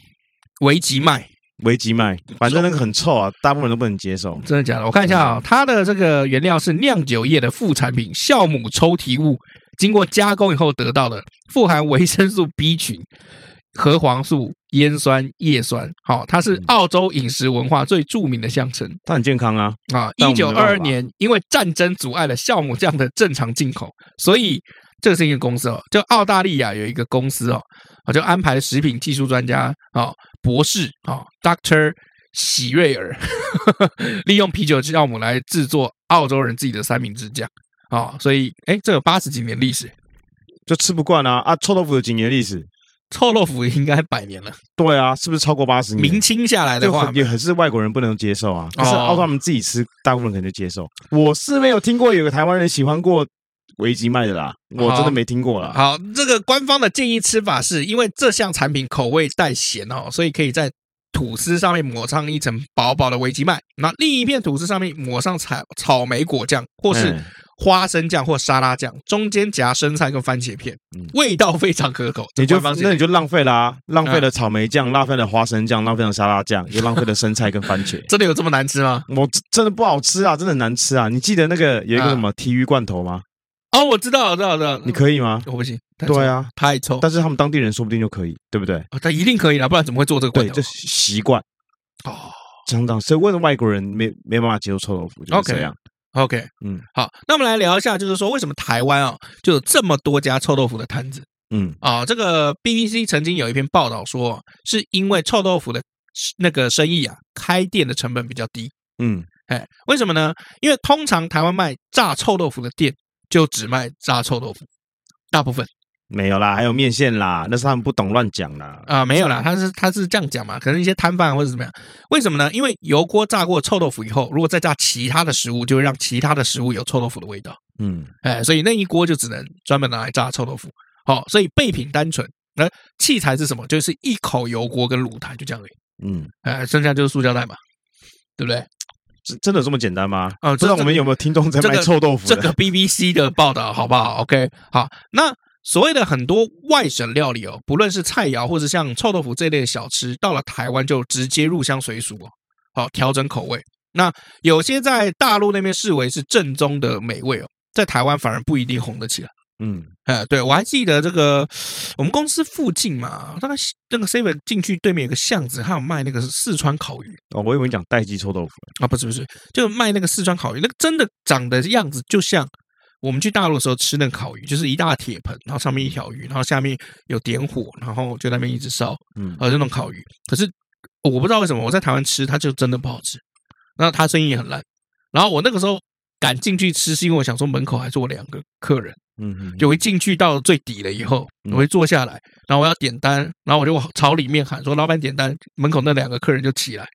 维吉麦，维吉麦，反正那个很臭啊，大部分人都不能接受。真的假的？我看一下啊、它的这个原料是酿酒业的副产品酵母抽提物，经过加工以后得到的，富含维生素 B 群、核黄素、烟酸、叶酸。好、它是澳洲饮食文化最著名的象征。它很健康啊，啊，但一我们九没二办二法年因为战争阻碍了酵母酱的正常进口，所以这是一个公司哦，就澳大利亚有一个公司哦，啊就安排了食品技术专家啊博士啊 Doctor 喜瑞尔， 利用啤酒酵母来制作澳洲人自己的三明治酱啊，所以哎，这有八十几年历史，就吃不惯啊啊！臭豆腐有几年历史？臭豆腐应该百年了，对啊，是不是超过八十年明？清下来的就话很。也很是外国人不能接受啊，可是哦澳洲他们自己吃，大部分人可能就接受。我是没有听过有个台湾人喜欢过维吉麦的啦，我真的没听过啦。啊好，这个官方的建议吃法是因为这项产品口味带咸哦，所以可以在吐司上面抹上一层薄薄的维吉麦，那另一片吐司上面抹上草草莓果酱或是嗯花生酱或沙拉酱，中间夹生菜跟番茄片嗯，味道非常可口。你这就官方嗯那建你议。就浪费啦、浪费了草莓酱，浪费了花生酱，浪费了沙拉酱，也浪费了生菜跟番茄真的有这么难吃吗？我真真的不好吃啊，真的很难吃啊！你记得那个有一个啊什么体育罐头吗？哦，我知道，我知道，我知道，你可以吗？我不行，太臭对，啊，太臭，但是他们当地人说不定就可以，对不对？哦他一定可以啦，不然怎么会做这个罐对，头这？是习惯哦相当，所以为什么外国人没没办法接受臭豆腐就是 OK 这样？ ，OK，嗯好，那我们来聊一下，就是说为什么台湾啊就有这么多家臭豆腐的摊子。嗯，啊、这个 BBC 曾经有一篇报道说，是因为臭豆腐的那个生意啊，开店的成本比较低。嗯，哎，为什么呢？因为通常台湾卖炸臭豆腐的店就只卖炸臭豆腐，大部分没有啦，还有面线啦，那是他们不懂乱讲啦。啊、没有啦，他是他是这样讲嘛，可能一些摊贩啊或者怎么样。为什么呢？因为油锅炸过臭豆腐以后，如果再炸其他的食物，就会让其他的食物有臭豆腐的味道。嗯，哎，所以那一锅就只能专门拿来炸臭豆腐。好、所以备品单纯，那、器材是什么？就是一口油锅跟卤台，就这样而已。嗯，呃，剩下就是塑胶袋嘛，对不对？真真的有这么简单吗？哦不知道我们有没有听众在这卖个臭豆腐这的？ 个 BBC 的报道好不好？OK，好，那所谓的很多外省料理哦，不论是菜肴或者像臭豆腐这类的小吃，到了台湾就直接入乡随俗哦，好调整口味。那有些在大陆那边视为是正宗的美味哦，在台湾反而不一定红得起来。嗯，呃，对，我还记得这个，我们公司附近嘛，大概那个 seven 进去对面有个巷子，还有卖那个四川烤鱼，哦，我以为你讲代记臭豆腐。啊，不是不是，就卖那个四川烤鱼，那个真的长的样子就像我们去大陆的时候吃那个烤鱼，就是一大铁盆，然后上面一条鱼，然后下面有点火，然后就在那边一直烧，嗯，呃，那种烤鱼。可是我不知道为什么我在台湾吃，它就真的不好吃，那它生意也很烂。然后我那个时候敢进去吃，是因为我想说门口还坐两个客人，嗯嗯，就会进去到最底了以后，我会坐下来，然后我要点单，然后我就往朝里面喊说：“老板点单！”门口那两个客人就起来。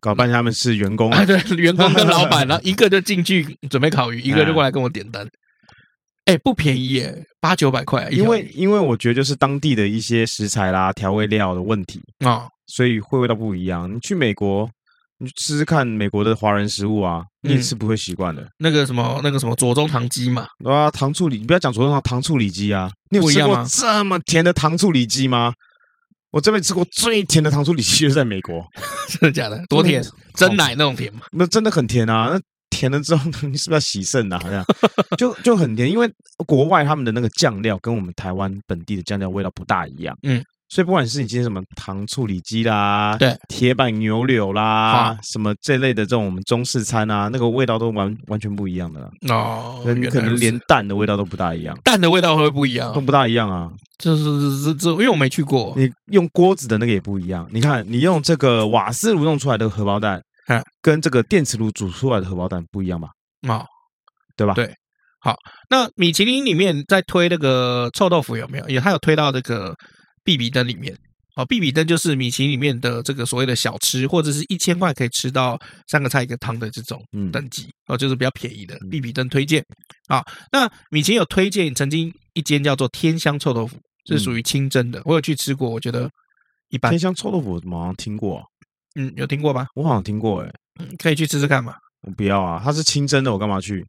搞半天他们是员工啊 啊，，对，员工跟老板，然后一个就进去准备烤鱼，一嗯个就过来跟我点单。哎，不便宜耶，八九百块一条鱼，因为因为我觉得就是当地的一些食材啦、调味料的问题，啊，所以会味道不一样。你去美国，你去吃吃看美国的华人食物啊，你也嗯吃不会习惯的。那个什么那个什么左宗棠鸡嘛， 对啊，糖醋里，你不要讲昨天糖糖醋里脊啊，你有不一吃样过吗这么甜的糖醋里脊吗？我这辈子吃过最甜的糖醋里脊就是在美国，真的假的？多甜，真奶那种甜嘛。那真的很甜啊！那甜了之后，你是不是要洗肾啊？好像 就就很甜，因为国外他们的那个酱料跟我们台湾本地的酱料味道不大一样。嗯，所以不管是你今天什么糖醋里脊啦，对，铁板牛柳啦啊，什么这类的这种我们中式餐啊，那个味道都完完全不一样的啦。哦，你原可来如能此连蛋的味道都不大一样，蛋的味道会不会不一样都啊？不大一样啊。这是这这，因为我没去过。你用锅子的那个也不一样。你看，你用这个瓦斯炉弄出来的荷包蛋嗯，跟这个电磁炉煮出来的荷包蛋不一样吧？哦，对吧？对那米其林里面在推那个臭豆腐有没有？也它有推到这个必比登里面。哦，必比登就是米其林里面的这个所谓的小吃，或者是一千块可以吃到三个菜一个汤的这种嗯等级哦，就是比较便宜的嗯必比登推荐啊。那米其林有推荐曾经一间叫做天香臭豆腐，是属于清蒸的。我有去吃过，我觉得一般嗯天。香臭豆腐我好像听过，嗯，有听过吧？我好像听过，哎，嗯可以去吃吃看嘛。 我不要啊，它是清蒸的，我干嘛去？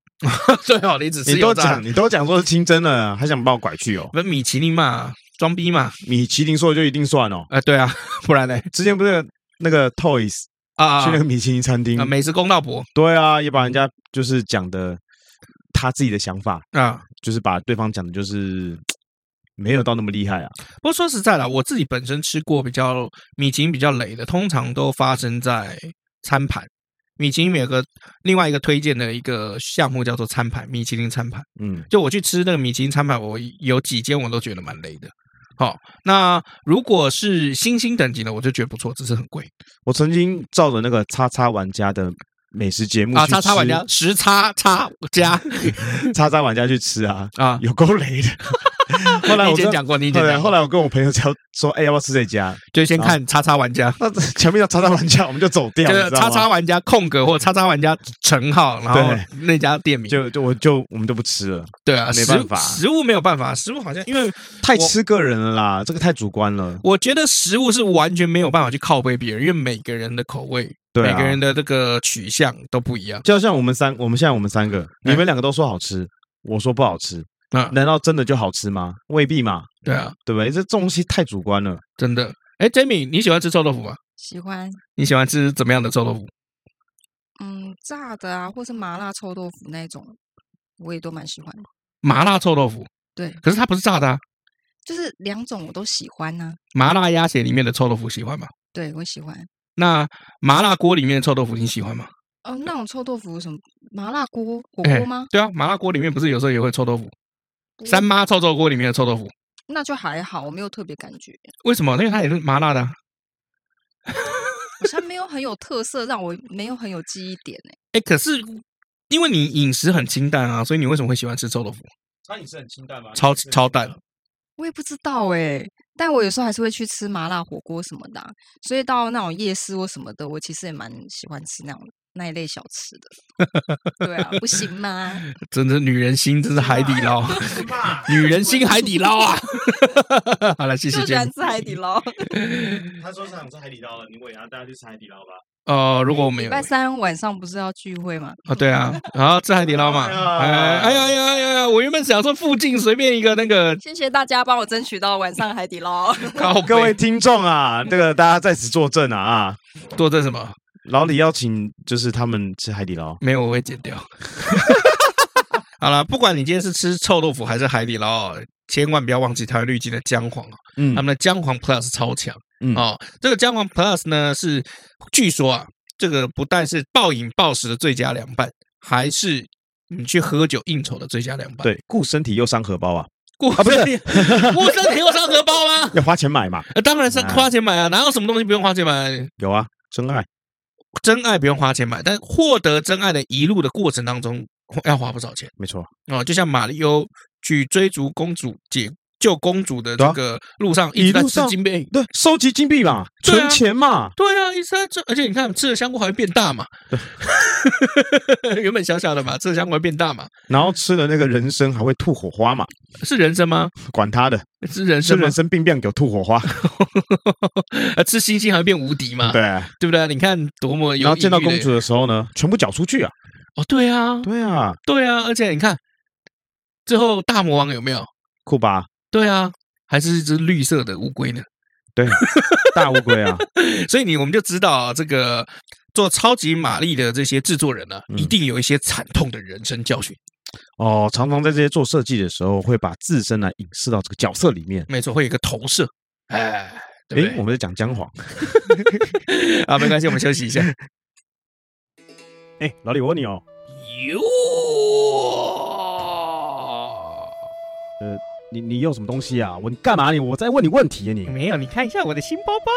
最好哦你只吃你都油炸讲，，你都讲说是清蒸的，还想把我拐 去哦？不是米其林嘛，装逼嘛。米其林说的就一定算哦？啊，对啊， 不然呢？之前不是那个 Toys 啊去那个米其林餐厅啊，，美食公道博对啊，也把人家就是讲的他自己的想法，啊。就是把对方讲的就是没有到那么厉害啊。不过说实在啦，我自己本身吃过比较米其林比较雷的，通常都发生在餐盘。米其林有个另外一个推荐的一个项目叫做餐盘，米其林餐盘。嗯，就我去吃那个米其林餐盘，我有几间我都觉得蛮雷的。好、那如果是星星等级的，我就觉得不错，只是很贵我曾经照着那个叉叉玩家的美食节目啊。去叉叉玩吃家，十叉叉 加叉叉玩家去吃啊，啊。有够雷的。 后来你我以前跟讲过，你以前后来讲后过，来我跟我朋友讲说，哎，要不要吃这家？就先看叉叉玩家，那前面的叉叉玩家我们就走掉，就哎你是知道叉吗叉玩家空格或叉叉玩家乘号，然后那家店名。就就我就我们就不吃了，对啊，没食办法食物没有办法，食物好像因为太吃个人了啦，这个太主观了。我觉得食物是完全没有办法去靠背别人，因为每个人的口味，对每啊个，人的这个取向都不一样。就像我们三，我们现在我们三个，哎你们两个都说好吃，我说不好吃，啊，难道真的就好吃吗？未必嘛，对啊，对不对？这这东西太主观了。真的。哎，Jamie，你喜欢吃臭豆腐吗？喜欢你喜欢吃怎么样的臭豆腐？嗯炸的啊，或是麻辣臭豆腐那一种，我也都蛮喜欢的。麻辣臭豆腐。对可是它不是炸的、啊，就是两种我都喜欢呐、麻辣鸭血里面的臭豆腐喜欢吗？对我喜欢。那麻辣锅里面的臭豆腐你喜欢吗？哦，那种臭豆腐有什么麻辣锅火哎锅吗？对啊，麻辣锅里面不是有时候也会臭豆腐？不三妈臭豆锅里面的臭豆腐，那就还好，我没有特别感觉，为什么？因为它也是麻辣的啊、好像没有很有特色，让我没有很有记忆点哎。哎，可是因为你饮食很清淡啊，所以你为什么会喜欢吃臭豆腐？餐饮是很清淡吗超超淡。 我也不知道哎，但我有时候还是会去吃麻辣火锅什么的啊、所以到那种夜市或什么的，我其实也蛮喜欢吃那种那一类小吃的。对啊，不行吗？ 真的，女人心真是海底捞， 女人心海底捞啊！ 好了，谢谢就喜欢 Jamie。吃海底捞。他说想吃海底捞了，你问他大家去吃海底捞吧。呃，如果我们礼有拜三晚上不是要聚会吗？啊，对啊，然后吃海底捞嘛，哎哎哎呀呀哎呀哎呀！我原本想说附近随便一个那 个谢谢大家帮我争取到晚上海底捞。靠背 各位听众啊，这个大家在此作证啊啊！做这什么？老李邀请就是他们吃海底捞，没有，我会剪掉。 好了，不管你今天是吃臭豆腐还是海底捞，千万不要忘记台湾绿金的姜黄啊，嗯他们的姜黄 Plus 超强。嗯哦，这个姜黄 Plus 呢是据说啊，这个不但是暴饮暴食的最佳凉拌，还是你去喝酒应酬的最佳凉拌。，对顾身体又伤荷包啊，顾啊不是身体，顾身体又伤荷包 吗？要花钱买嘛，呃当然是啊花钱买啊，哪有什么东西不用花钱买？有啊，真爱真爱不用花钱买，但获得真爱的一路的过程当中，要花不少钱没错，哦。就像马里欧去追逐公主、解救公主的对这啊个路上，一直一在路吃上金杯。对，收集金币嘛，对啊存钱嘛，对啊，一直在吃，而且你看吃了香菇还会变大嘛。 原本小小的嘛，吃了香菇会变大嘛，然后吃了那个人参还会吐火花嘛，是人参吗？管他的，是人吃参吗人？参病变有吐火花， 呃吃星星还会变无敌嘛？对。对不对？你看多么啊有然后见到隐喻的公主的时候呢，全部缴出去啊，哦，对啊，对啊，对啊，而且你看最后大魔王有没有？酷吧？对啊，还是一只绿色的乌龟呢。 对，大乌龟啊，所以你我们就知道啊这个做超级玛丽的这些制作人呢、啊嗯一定有一些惨痛的人生教训。哦，常常在这些做设计的时候，会把自身来影视到这个角色里面。没错，会有一个投射。哎，对嗯不诶，对？我们在讲姜黄。 啊，没关系，我们休息一下。哎，老李，我问你哦，哟，你你有什么东西啊？我你干嘛你？我在问你问题啊你！没有，你看一下我的新包包，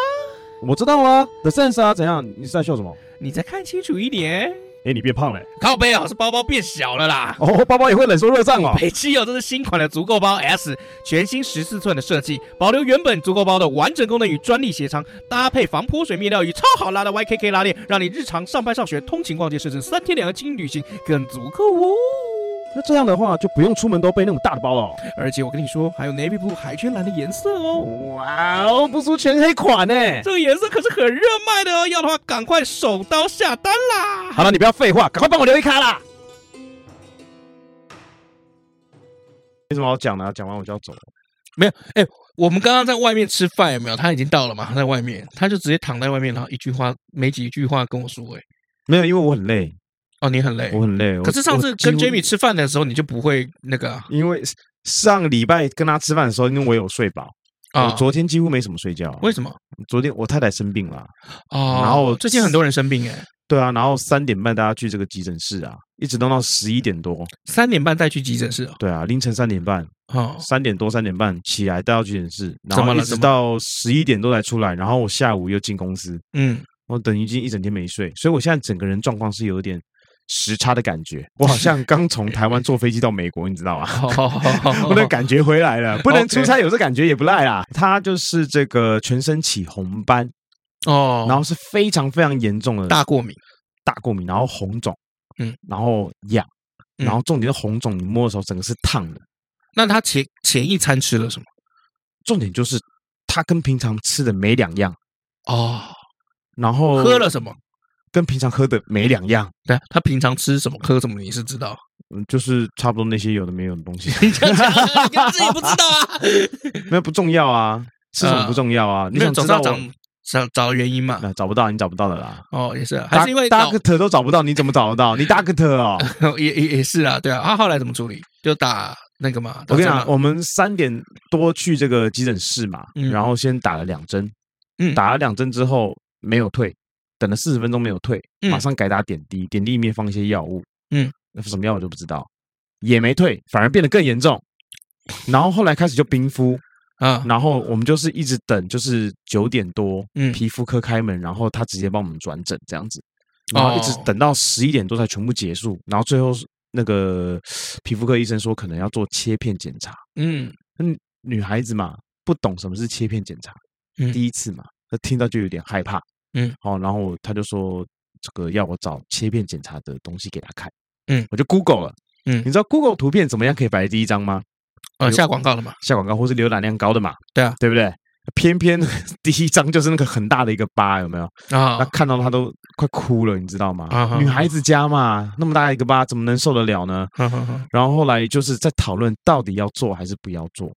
我知道啊，The Sense 啊，怎样？你是在秀什么？你再看清楚一点。哎，你变胖了欸、靠背哦，是包包变小了啦。哦，包包也会冷缩热胀哦。北汽哦，这是新款的足够包 S，全新十四寸的设计，保留原本足够包的完整功能与专利鞋仓，搭配防泼水面料与超好拉的 YKK 拉链，让你日常上班上学、通勤逛街，甚至三天两个轻旅行更足够哦。那这样的话就不用出门都背那种大的包了。而且我跟你说，还有 navy blue 海军蓝的颜色哦，哇哦，不出全黑款呢、这个颜色可是很热卖的哦，要的话赶快手刀下单啦！好了，你不要废话，赶快帮我留一卡啦！没什么好讲的、啊，讲完我就要走了。我们刚刚在外面吃饭有没有？他已经到了嘛，他在外面，他就直接躺在外面，然后一句话没几句话跟我说、哎，没有，因为我很累，哦，你很累。我很累。我可是上次跟我几乎 Jamie 吃饭的时候，你就不会那个啊因为上礼拜跟他吃饭的时候，因为我有睡饱，啊？我昨天几乎没什么睡觉。啊为什么？昨天我太太生病了啊，哦，然后最近很多人生病哎、对啊，然后三点半大家去这个急诊室啊，一直弄到十一点多，三点半再去急诊室哦。对啊，凌晨三点半，哦三点多三点半起来带到急诊室，然怎后么了一直怎么到十一点多才出来，然后我下午又进公司，嗯，我等于已经一整天没睡，所以我现在整个人状况是有点时差的感觉，我好像刚从台湾坐飞机到美国，你知道吗？好好好好好， 我的感觉回来了，不能 OK 出差有这感觉也不赖啦。他就是这个全身起红斑，哦，然后是非常非常严重的大过敏，大过敏，然后红肿，嗯，然后痒，嗯然后重点是红肿，你摸的时候整个是烫的。那他前前一餐吃了什么？重点就是它跟平常吃的没两样，哦，然后喝了什么？跟平常喝的没两样，对，他平常吃什么喝什么，你是知道。嗯，就是差不多那些有的没有的东西，你这 样讲， 你自己不知道啊？那不重要啊，吃什么呃不重要 啊，你没有，总想知是要道找我？找找原因嘛。那找不到，你找不到的啦。哦，也是啊，还是因为脑 Doctor 都找不到，你怎么找得到？你 Doctor 哦，也也也是啊，对啊。他后来怎么处理？就打那个嘛。我跟你打讲，针嘛我们三点多去这个急诊室嘛，嗯然后先打了两针，嗯打了两针之后没有退，等了四十分钟没有退，嗯马上改打点滴，点滴里面放一些药物，嗯，什么药我就不知道，也没退，反而变得更严重。然后后来开始就冰敷，啊，然后我们就是一直等，就是九点多，嗯皮肤科开门，然后他直接帮我们转诊这样子，然后一直哦等到十一点多才全部结束，然后最后是那个皮肤科医生说可能要做切片检查，嗯嗯，女孩子嘛不懂什么是切片检查，嗯第一次嘛，她听到就有点害怕，嗯，好，然后他就说这个要我找切片检查的东西给他看，嗯我就 Google 了，嗯你知道 Google 图片怎么样可以摆在第一张吗？呃，下广告了嘛？下广告或是浏览量高的嘛，对啊，对不对？偏偏 第一张就是那个很大的一个疤，有没有？啊那看到她都快哭了，你知道吗啊哈？女孩子家嘛，那么大一个疤，怎么能受得了呢？哈哈哈然后后来就是在讨论到底要做还是不要做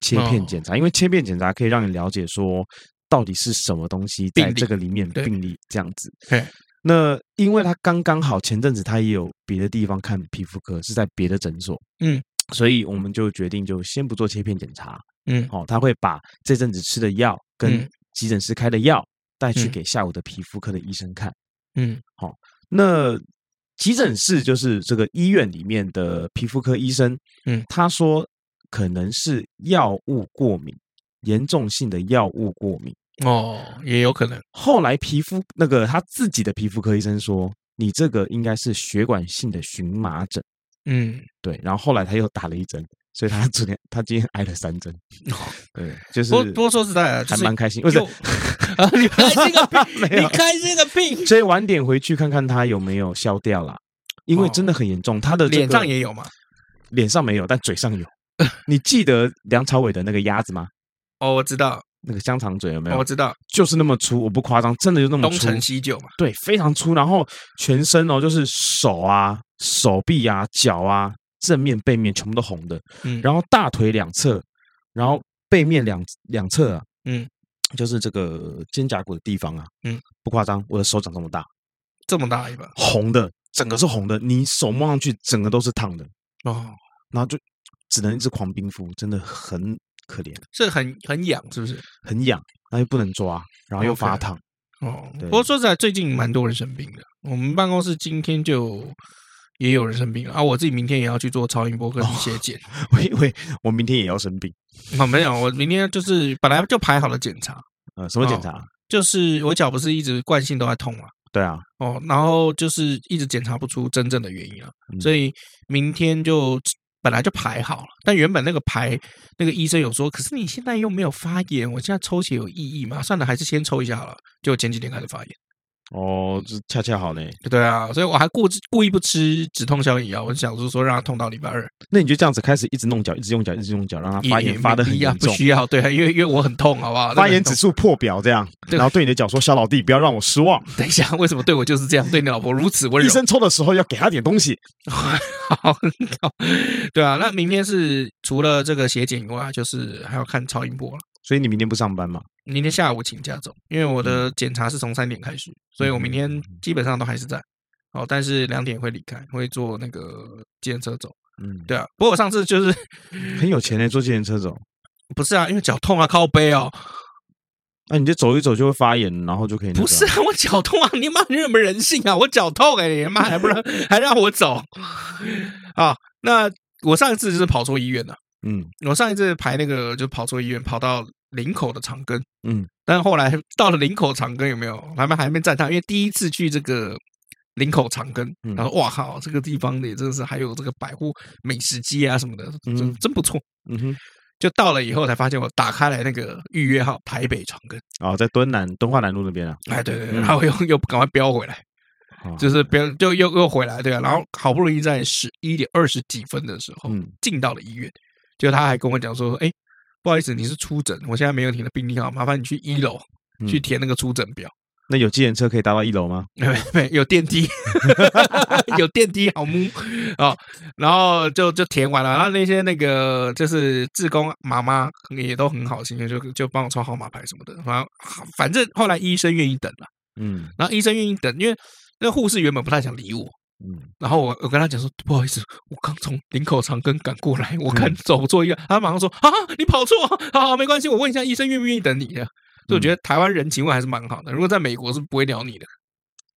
切片哦检查，因为切片检查可以让你了解说到底是什么东西在病例这个里面对病例这样子嘿。那因为他刚刚好前阵子他也有别的地方看皮肤科，是在别的诊所，嗯，所以我们就决定就先不做切片检查，嗯哦，他会把这阵子吃的药跟嗯急诊室开的药带去嗯给下午的皮肤科的医生看。嗯那急诊室就是这个医院里面的皮肤科医生，嗯他说可能是药物过敏，严重性的药物过敏。哦，也有可能后来皮肤那个他自己的皮肤科医生说，你这个应该是血管性的荨麻疹，嗯。对。然后后来他又打了一针，所以他昨天他今天挨了三针，对，就是哦不不过说实在的，啊就还是蛮开心，不是又啊，你开心个屁！ 没你有。开心个屁！所以晚点回去看看他有没有消掉啦，因为真的很严重，他的哦这个脸上也有嘛？脸上没有，但 嘴上有。你记得梁朝伟的那个鸭子吗？哦，我知道，那个香肠嘴有没哦我有？知道，就是那么粗，我不夸张，真的就那么东粗，成西就嘛。对，非常粗。然后全身哦，就是手啊、手臂啊、脚啊，正面、背面全部都红的。嗯，然后大腿两侧，然后背面两两侧啊，嗯，就是这个肩胛骨的地方啊，嗯，不夸张，我的手掌这么大，这么大一把红的，整个是红的，你手摸上去，整个都是烫的，哦，然后就只能一直狂冰敷，真的很可怜。是很很痒，是不是？很痒，然后又不能抓，然后又 OK 发烫。 哦，对不过说实在，最近蛮多人生病的。我们办公室今天就也有人生病了啊，我自己明天也要去做超音波跟血检。我以为我明天也要生病。哦，没有，我明天就是本来就排好了检查，呃，什么嗯检查？就是我脚不是一直惯性都在痛嘛，对啊，哦，然后就是一直检查不出真正的原因啊，嗯所以明天就本来就排好了，但原本那个排那个医生有说，可是你现在又没有发炎，我现在抽血有意义吗？算了，还是先抽一下好了。结果前几天开始发炎，哦，这恰恰好呢。对啊，所以我还故故意不吃止痛消炎药，我想说说让它痛到礼拜二，那你就这样子开始一直弄脚，一直用脚，一直用脚，让它也啊发也炎没发的很必要严不重，需要，对啊，因为因为我很痛，好不好？发那个炎很指痛 数破表这样，对然后对你的脚说：“小老弟，不要让我失望。等一下，为什么对我就是这样，对你老婆如此温医柔？生抽的时候要给他点东西。好，好对啊，那明天是除了这个血检以外，就是还要看超音波了。”所以你明天不上班嘛？明天下午请假走，因为我嗯的检查是从三点开始，所以我明天基本上都还是在。哦，但是两点会离开，会坐那个计程车走。嗯，对啊，不过我上次就是 很有钱呢，坐自行车走。不是啊，因为脚痛啊，靠背哦，那你就走一走就会发炎，然后就可以那个不是啊，我脚痛啊，你妈你有没有人性啊？我脚痛哎、你妈还不让还让我走啊？那我上一次就是跑错医院了。嗯我上一次排那个就跑错医院，跑到林口的长庚，嗯，但是后来到了林口长庚有没有？还没还没站上，因为第一次去这个林口长庚，嗯然后哇靠，这个地方的也真的是还有这个百货美食街啊什么的，真、嗯真不错。嗯哼，就到了以后才发现，我打开来那个预约号台北长庚，啊，在敦南敦化南路那边啊，哎对对对，嗯然后又又赶快飙回来，啊就是飙就又又回来对啊，然后好不容易在十一点二十几分的时候，嗯进到了医院，就他还跟我讲说，哎，不好意思，你是出诊，我现在没有你的病历号，麻烦你去一楼嗯去填那个出诊表。 那有计程车可以搭到一楼吗？没没有电梯， 有电梯好木哦，然后就就填完了，然后那些那个就是志工妈妈也都很好心，就就帮我抽号码牌什么的，然后反正后来医生愿意等了，嗯然后医生愿意等，因为那护士原本不太想理我，嗯，然后我我跟他讲说，不好意思，我刚从林口长庚赶过来，我嗯看走错一个，他马上说啊，你跑错，好好没关系，我问一下医生愿不愿意等你的。所以我嗯觉得台湾人情味还是蛮好的，如果在美国是不会鸟你的，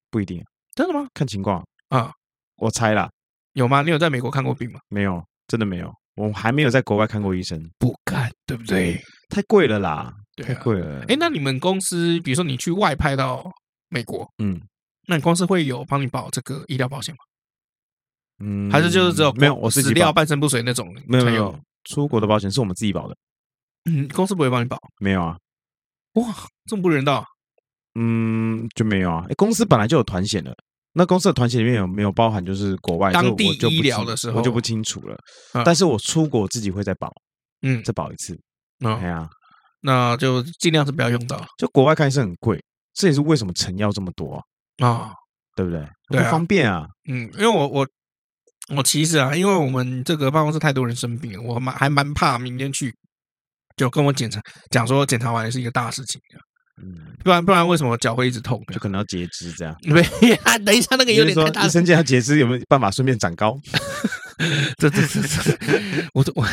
不一定，真的吗？看情况啊。我猜啦，有吗？你有在美国看过病吗？没有，真的没有，我还没有在国外看过医生，不看，对不对？太贵了啦， 对太啊。贵了。哎，那你们公司，比如说你去外派到美国，嗯那你公司会有帮你保这个医疗保险吗？嗯，还是就是只有没有我自死己掉保，半身不遂那种才？没有没有，出国的保险是我们自己保的，嗯，公司不会帮你保。没有啊。哇，这么不人道啊！嗯，就没有啊。诶公司本来就有团险的，那公司的团险里面有没有包含就是国外当这我地就不医疗清的时我就候不清楚了啊。但是我出国自己会再保，嗯，再保一次。那哎呀，那就尽量是不要用到就国外看医生很贵，这也是为什么成药这么多啊，啊。对不对？对不啊方便啊。嗯，因为我我我其实啊，因为我们这个办公室太多人生病了，我蛮还蛮怕明天去就跟我检查讲说检查完是一个大事情，啊嗯，不然不然为什么我脚会一直痛？ 就可能要截肢这样。没，等一下那个啊你有是点说太大医声，生既然截肢，有没有办法顺便长 高？这这这这，我我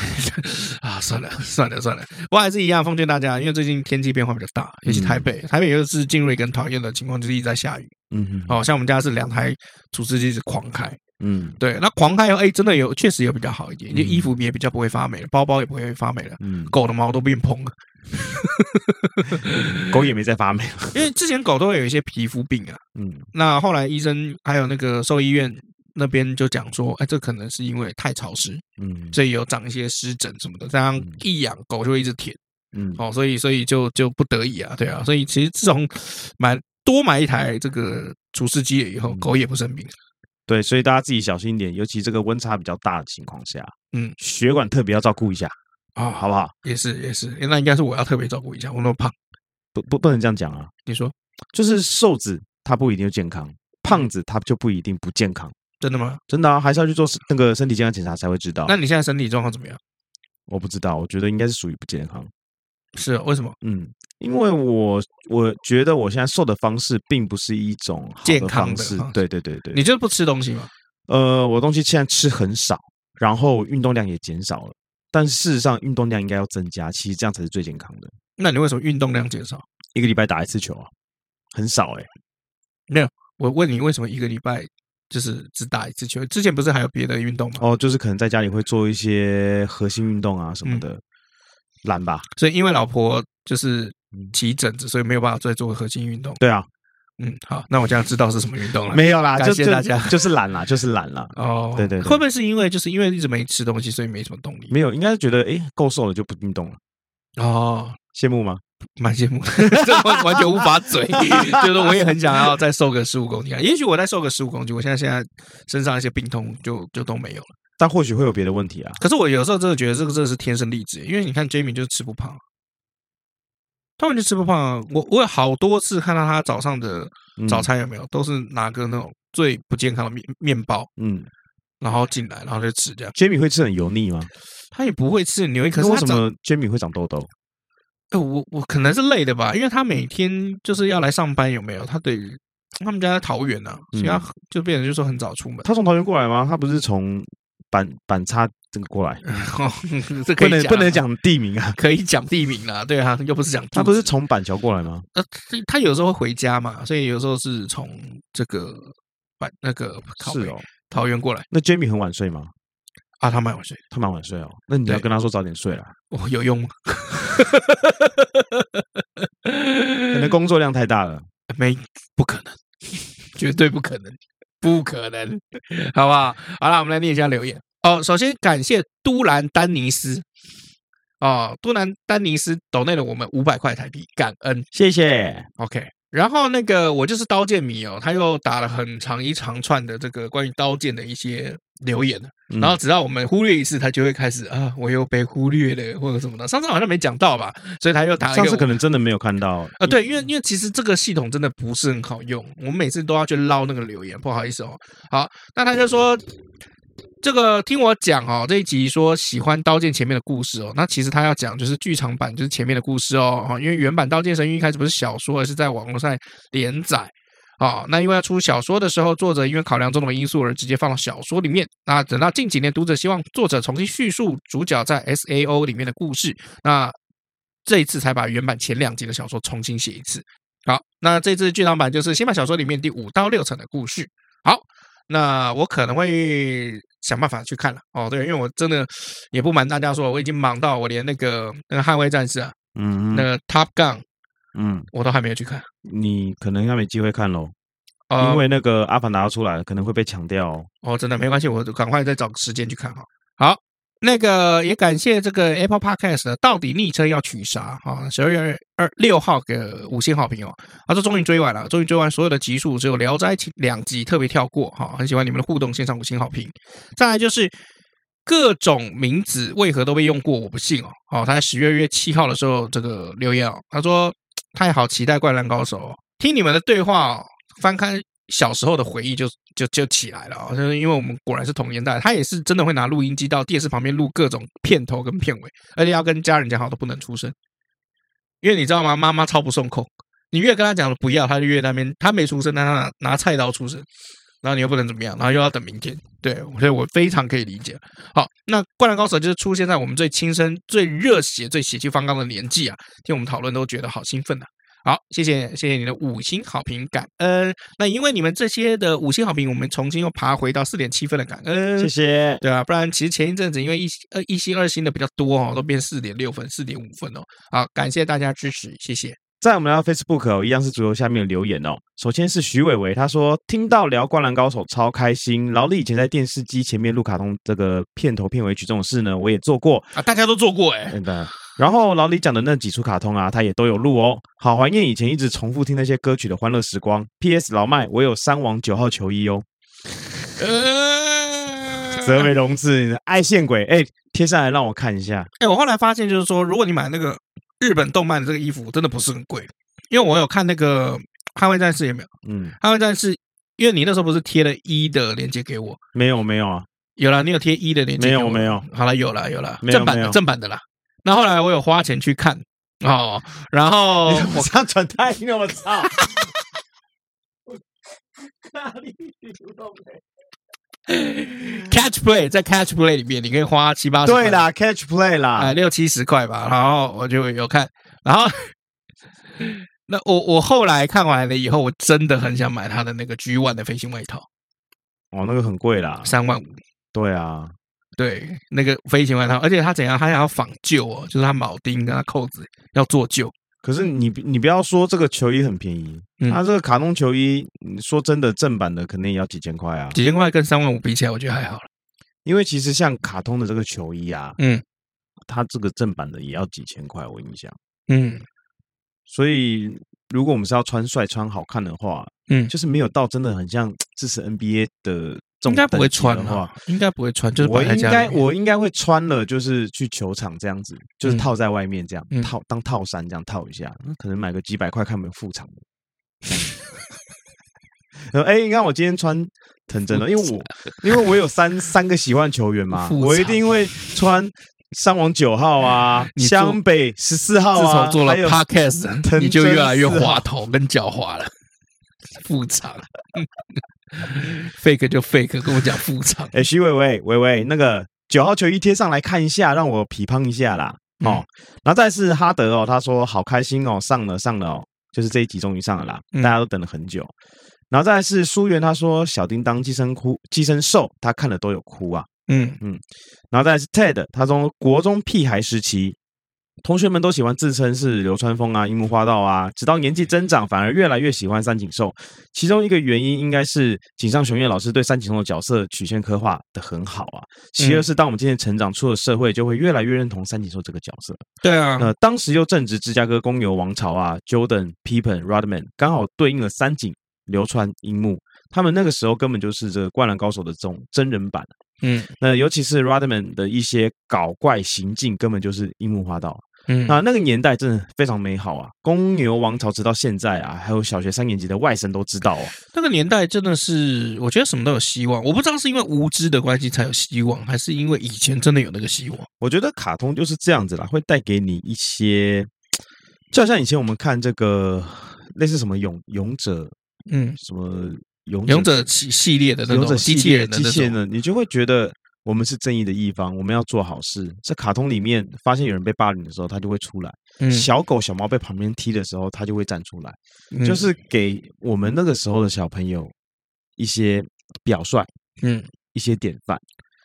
啊，算了算了算了，我还是一样奉劝大家，因为最近天气变化比较大，尤其台北，台北又是进入一个很讨厌的情况，就是一直在下雨。嗯哼，哦，像我们家是两台除湿机一直狂开，嗯对，那狂开以后，哎，真的有确实有比较好一点，嗯就衣服也比较不会发霉了，包包也不会发霉了。嗯，狗的毛都变蓬了， 狗也没在发霉。因为之前狗都会有一些皮肤病啊。嗯那后来医生还有那个兽医院那边就讲说，哎，这可能是因为太潮湿，嗯所以有长一些湿疹什么的，这样嗯一养狗就会一直舔嗯，哦，所以所以就就不得已啊，对啊，所以其实自从买多买一台这个除湿机了以后，嗯狗也不生病了。对，所以大家自己小心一点，尤其这个温差比较大的情况下，嗯，血管特别要照顾一下，啊、好不好？也是也是，那应该是我要特别照顾一下，我那么胖，不不不能这样讲啊，你说就是瘦子他不一定就健康，胖子他就不一定不健康，真的吗？真的啊，还是要去做身那个身体健康检查才会知道那。你现在身体状况怎么样？我不知道，我觉得应该是属于不健康。是哦为什么？嗯，因为我我觉得我现在瘦的方式并不是一种好健的康方的式方式，对对对对。你就是不吃东西吗？呃，我东西现在吃很少，然后运动量也减少了，但事实上运动量应该要增加，其实这样才是最健康的。那你为什么运动量减少？一个礼拜打一次球啊，很少哎、我问你为什么一个礼拜就是只打一次球？之前不是还有别的运动吗？哦，就是可能在家里会做一些核心运动啊什么嗯的，懒吧？所以因为老婆就是嗯起疹子，所以没有办法再做核心运动。对啊，嗯，好，那我这样知道是什么运动了。没有啦，感就谢就大家就是懒啦，就是懒啦，哦，对对对会不会是因为就是因为一直没吃东西，所以没什么动力？没有，应该是觉得诶够瘦了就不运动了，哦，羡慕吗？蛮羡慕 的，这完完全无法 嘴，就是我也很想要再瘦个十五公斤啊。也许我再瘦个十五公斤，我现在现在身上一些病痛就就都没有了。但或许会有别的问题啊。可是我有时候真的觉得这个真的是天生丽质，欸因为你看 Jamie 就是吃不胖，啊他完全吃不胖啊。我我有好多次看到他早上的嗯早，餐有没有，都是拿个那种最不健康的面面包，嗯然后进来，然后就吃这样。 ，Jamie 会吃很油腻吗？他也不会吃牛，可是那为他什早么 Jamie 会长痘痘？哎，我我可能是累的吧，因为他每天就是要来上班，有没有？他得他们家在桃园啊，所以他嗯就变成就说很早出门。他从桃园过来吗？他不是从板板擦这个过来？ 哦这呃可不以能讲不能啊，讲地 名啊。可以讲地名啦，对啊，又不是讲他住不是址从板桥过来吗？呃，他有时候会回家嘛，所以有时候是从这个把那个靠是北哦。桃园过来那 Jamie 很晚睡吗？啊，他蛮晚睡他蛮晚睡哦。那你要对跟他说早点睡啊啦，的，我有用吗？可能工作量太大了。 没，不可能， 绝对不可能，不可能，好不好？好了，我们来念一下留言哦。首先感谢都兰丹尼斯哦，都兰丹尼斯抖内了我们五百块台币，感恩。谢谢。 OK，然后那个我就是刀剑迷哦，他又打了很长一长串的这个关于刀剑的一些留言，嗯然后只要我们忽略一次，他就会开始啊，我又被忽略了或者什么的。上次好像没讲到吧，所以他又打了一上个次可能真的没有看到啊，对，因为因为其实这个系统真的不是很好用，我们每次都要去捞那个留言，不好意思哦。好，那他就说。这个听我讲哦，这一集说喜欢《刀剑》前面的故事哦，那其实他要讲就是剧场版，就是前面的故事哦，哦因为原版《刀剑神域》一开始不是小说，而是在网络上连载哦。那因为要出小说的时候，作者因为考量种种因素而直接放到小说里面。那等到近几年，读者希望作者重新叙述主角在 S A O 里面的故事，那这一次才把原版前两集的小说重新写一次。好，那这次剧场版就是先把小说里面第五到六层的故事。好，那我可能会想办法去看了。哦，对，因为我真的也不瞒大家说，我已经忙到我连那个那个捍卫战士啊，嗯那个 Top Gun 嗯，我都还没有去看。你可能要没机会看喽，呃因为那个阿凡达要出来了，可能会被抢掉哦。哦，真的没关系，我赶快再找个时间去看哈。好，那个也感谢这个 Apple Podcast 的到底昵称要取啥哈？十、2二月二六号给五星好评哦。他说终于追完了，终于追完所有的集数，只有《聊斋》两集特别跳过哈、很喜欢你们的互动，线上五星好评。再来就是。各种名字为何都被用过？我不信哦。哦，他在十月月七号的时候这个留言哦，他说太好期待《灌篮高手》哦，听你们的对话哦，翻开小时候的回忆就就就起来了、哦，就是因为我们果然是同年代，他也是真的会拿录音机到电视旁边录各种片头跟片尾，而且要跟家人讲好都不能出声，因为你知道吗？妈妈超不受控，你越跟他讲了不要，他就越在那边，他没出声，但他拿拿菜刀出声，然后你又不能怎么样，然后又要等明天，对，所以我非常可以理解。好，那《灌篮高手》就是出现在我们最亲身、最热血、最血气方刚的年纪啊，听我们讨论都觉得好兴奋啊！好，谢谢谢谢你的五星好评，感恩。那因为你们这些的五星好评，我们重新又爬回到四点七分的感恩，谢谢。对啊，不然其实前一阵子因为一星呃一星二星的比较多哦，都变四点六分、四点五分哦。好，感谢大家支持，谢谢。在我们的 Facebook 哦一样是主流下面的留言哦。首先是徐伟伟，他说听到聊《灌篮高手》超开心，劳力以前在电视机前面录卡通这个片头片尾曲这种事呢，我也做过，啊，大家都做过哎、 真的。然后老李讲的那几出卡通啊，他也都有录哦。好怀念以前一直重复听那些歌曲的欢乐时光。P.S. 老麦，我有三王九号球衣哦， 呃，泽美龙子爱线鬼，哎，贴上来让我看一下。哎、我后来发现就是说，如果你买那个日本动漫的这个衣服，真的不是很贵，因为我有看那个《捍卫战士》有没有？嗯， 《捍卫战士》，因为你那时候不是贴了一的链接给我，没有没有啊，有了，你有贴一的链接？没有没。有，好了，有了有了，没有正版没的有正版的啦。那后来我有花钱去看哦，然后你怎么这样转太硬了，我操！哪里流动 Catch Play 在 Catch Play 里面，你可以花七八十块 对，啦，catch play 哎啦，六七十块吧，然后我就有看，然后 那我我后来看完了以后，我真的很想买他的那个 G One 的飞行外套，哦，那个很贵啦，三万五，对啊，对，那个飞行外套，而且它怎样，它还要仿旧哦，就是它铆钉跟它扣子要做旧，可是你你不要说这个球衣很便宜，嗯它这个卡通球衣，你说真的正版的肯定也要几千块啊，几千块跟三万五比起来，我觉得还好了，因为其实像卡通的这个球衣啊，嗯它这个正版的也要几千块，我印象。嗯，所以如果我们是要穿帅穿好看的话，嗯就是没有到真的很像支持 NBA 的这种应该不会穿等级的啊话，，应该不会穿，就是我摆在应家该里面我应该会穿了，就是去球场这样子，就是嗯套在外面这样、嗯套当套衫这样套一下，那可能买个几百块看有没有副厂的。 然后哎，你看我今天穿藤真的，因为我 因为我有三三个喜欢球员嘛，副厂我一定会穿山王九号啊， 你做湘北十四号自啊，从做了还有 podcast，藤你就真越来越四号滑头跟狡猾了，副厂 fake 就 fake，跟我讲副厂，哎，徐伟伟伟伟，那个九号球衣贴上来看一下，让我批判一下啦。哦，然后再是哈德哦，他说好开心哦，上了上了哦，就是这一集终于上了啦，嗯大家都等了很久。然后再来是苏源，他说小叮当寄生哭寄生兽，他看了都有哭啊。嗯然后再来是 Ted，他从国中屁孩时期，同学们都喜欢自称是流川枫啊、樱木花道啊，直到年纪增长，反而越来越喜欢三井寿。其中一个原因应该是井上雄彦老师对三井寿的角色曲线刻画的很好啊。其二是当我们今天成长出了社会，就会越来越认同三井寿这个角色。对啊，呃，当时又正值芝加哥公牛王朝啊，Jordan、Pippen、Rodman 刚好对应了三井、流川、樱木，他们那个时候根本就是这个《灌篮高手》的这种真人版。嗯那尤其是 Rodman 的一些搞怪行径，根本就是樱木花道。嗯那那个年代真的非常美好啊！公牛王朝直到现在啊，还有小学三年级的外甥都知道哦。那个年代真的是，我觉得什么都有希望。我不知道是因为无知的关系才有希望，还是因为以前真的有那个希望。我觉得卡通就是这样子啦，会带给你一些，就好像以前我们看这个类似什么勇勇者嗯，什么勇勇者系系列的那勇者种系机器列人的机那器人种，的，你就会觉得我们是正义的一方，我们要做好事。在卡通里面发现有人被霸凌的时候，他就会出来；嗯，小狗、小猫被旁边踢的时候，他就会站出来。嗯就是给我们那个时候的小朋友一些表率、嗯，一些典范，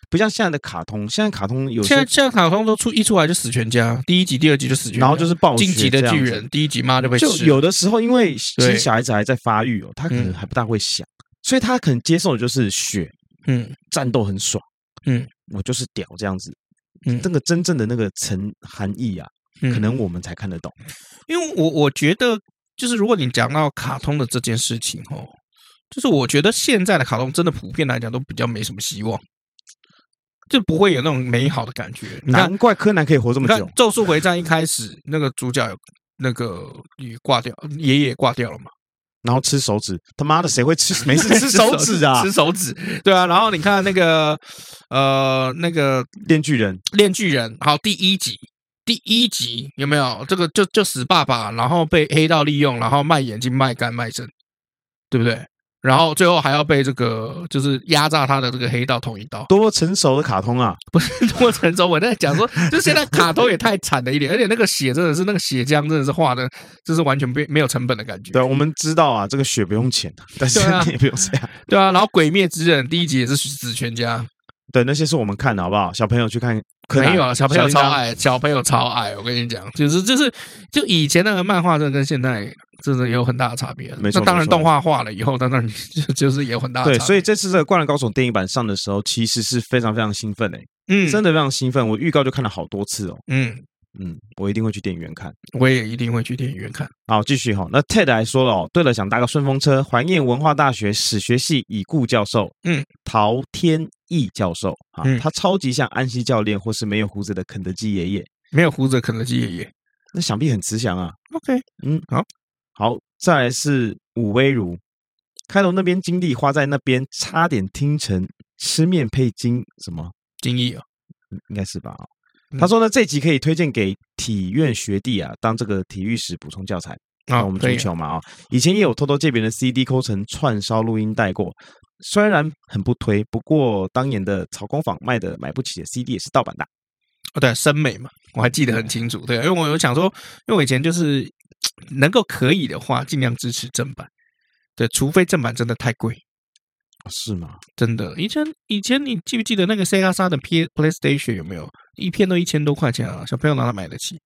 不像现在的卡通，现在卡通有些现在现在卡通都出一出来就死全家，第一集、第二集就死全家，然后就是暴雪晋级的这样巨子人，第一集妈就被就吃了有的时候，因为其对实小孩子还在发育哦，他可能嗯还不大会想，所以他可能接受的就是血嗯战斗很爽，嗯，我就是屌这样子。嗯这个真正的那个层含义啊，嗯，可能我们才看得懂。因为我我觉得，就是如果你讲到卡通的这件事情哦，就是我觉得现在的卡通真的普遍来讲都比较没什么希望，就不会有那种美好的感觉。你看，难怪柯南可以活这你么看久《咒术回战》一开始那个主角有那个也挂掉，爷爷挂掉了嘛。然后吃手指，他妈的谁会吃？没事吃手指啊吃！手指，对啊。然后你看那个呃那个电锯人， 《链锯人》，好第一集。第一集有没有这个就就死爸爸，然后被黑道利用，然后卖眼睛、卖肝、卖肾，对不对？然后最后还要被这个就是压榨他的这个黑道捅一刀。 多成熟的卡通啊！过程中我在讲说，就现在卡通也太惨了一点，而且那个血真的是那个血浆真的是画的，就是完全没没有成本的感觉。对，我们知道啊，这个血不 用钱的，但是 对啊你也不用这样。对啊，然后《鬼灭之刃》第一集也是死全家，对，那些是我们看的好不好？小朋友去看柯南，没有啊，小朋友叮当超。矮，小朋友超矮，我跟你讲，就是就是就以前那个漫画，真的跟现在真的有很大的差别。没错那当然没错动画化了以后，那当然就就是也有很大的对，差别。所以这次这个《灌篮高手》电影版上的时候，其实是非常非常兴奋诶、嗯真的非常兴奋。我预告就看了好多次哦，嗯，嗯，我一定会去电影院看。我也一定会去电影院看。好，继续哈、那 TED 还说了哦，对了，想搭个顺风车，怀念文化大学史学系已故教授，嗯，陶天翼教授啊，嗯他超级像安西教练或是没有胡子的肯德基爷爷，没有胡子，肯德基爷爷。那想必很慈祥啊。 OK，嗯，好，好，再来是武威如，开头那边经历花在那边差点听成吃面配金什么，金毅哦，应该是吧、哦嗯他说呢，这集可以推荐给体院学弟啊，当这个体育史补充教材。啊，那我们可足以球嘛啊、以前也有偷偷借别人的 CD 抠成串烧录音带过。虽然很不推，不过当年的草工坊卖的买不起的 CD 也是盗版的。哦，对，森美嘛，我还记得很清楚。对，因为我有想说，因为我以前就是能够可以的话，尽量支持正版。对，除非正版真的太贵。是吗？真的，以前以前你记不记得那个 Sega 沙的 P PlayStation 有没有一片都一千多块钱啊？小朋友哪里买得起？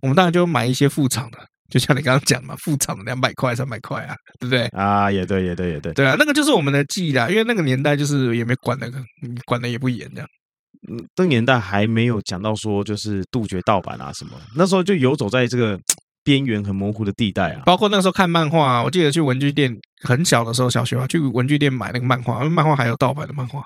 我们当然就买一些副厂的，就像你刚刚讲嘛， 副厂的两百块、三百块啊，对不对？啊，也对，也对，也对。对啊，那个就是我们的记忆啦，因为那个年代就是也没管那个，管的也不严这样。嗯，那个年代还没有讲到说就是杜绝盗版啊什么，那时候就游走在这个边缘很模糊的地带啊。包括那时候看漫画、啊，我记得去文具店，很小的时候，小学啊，去文具店买那个漫画，漫画还有盗版的漫画，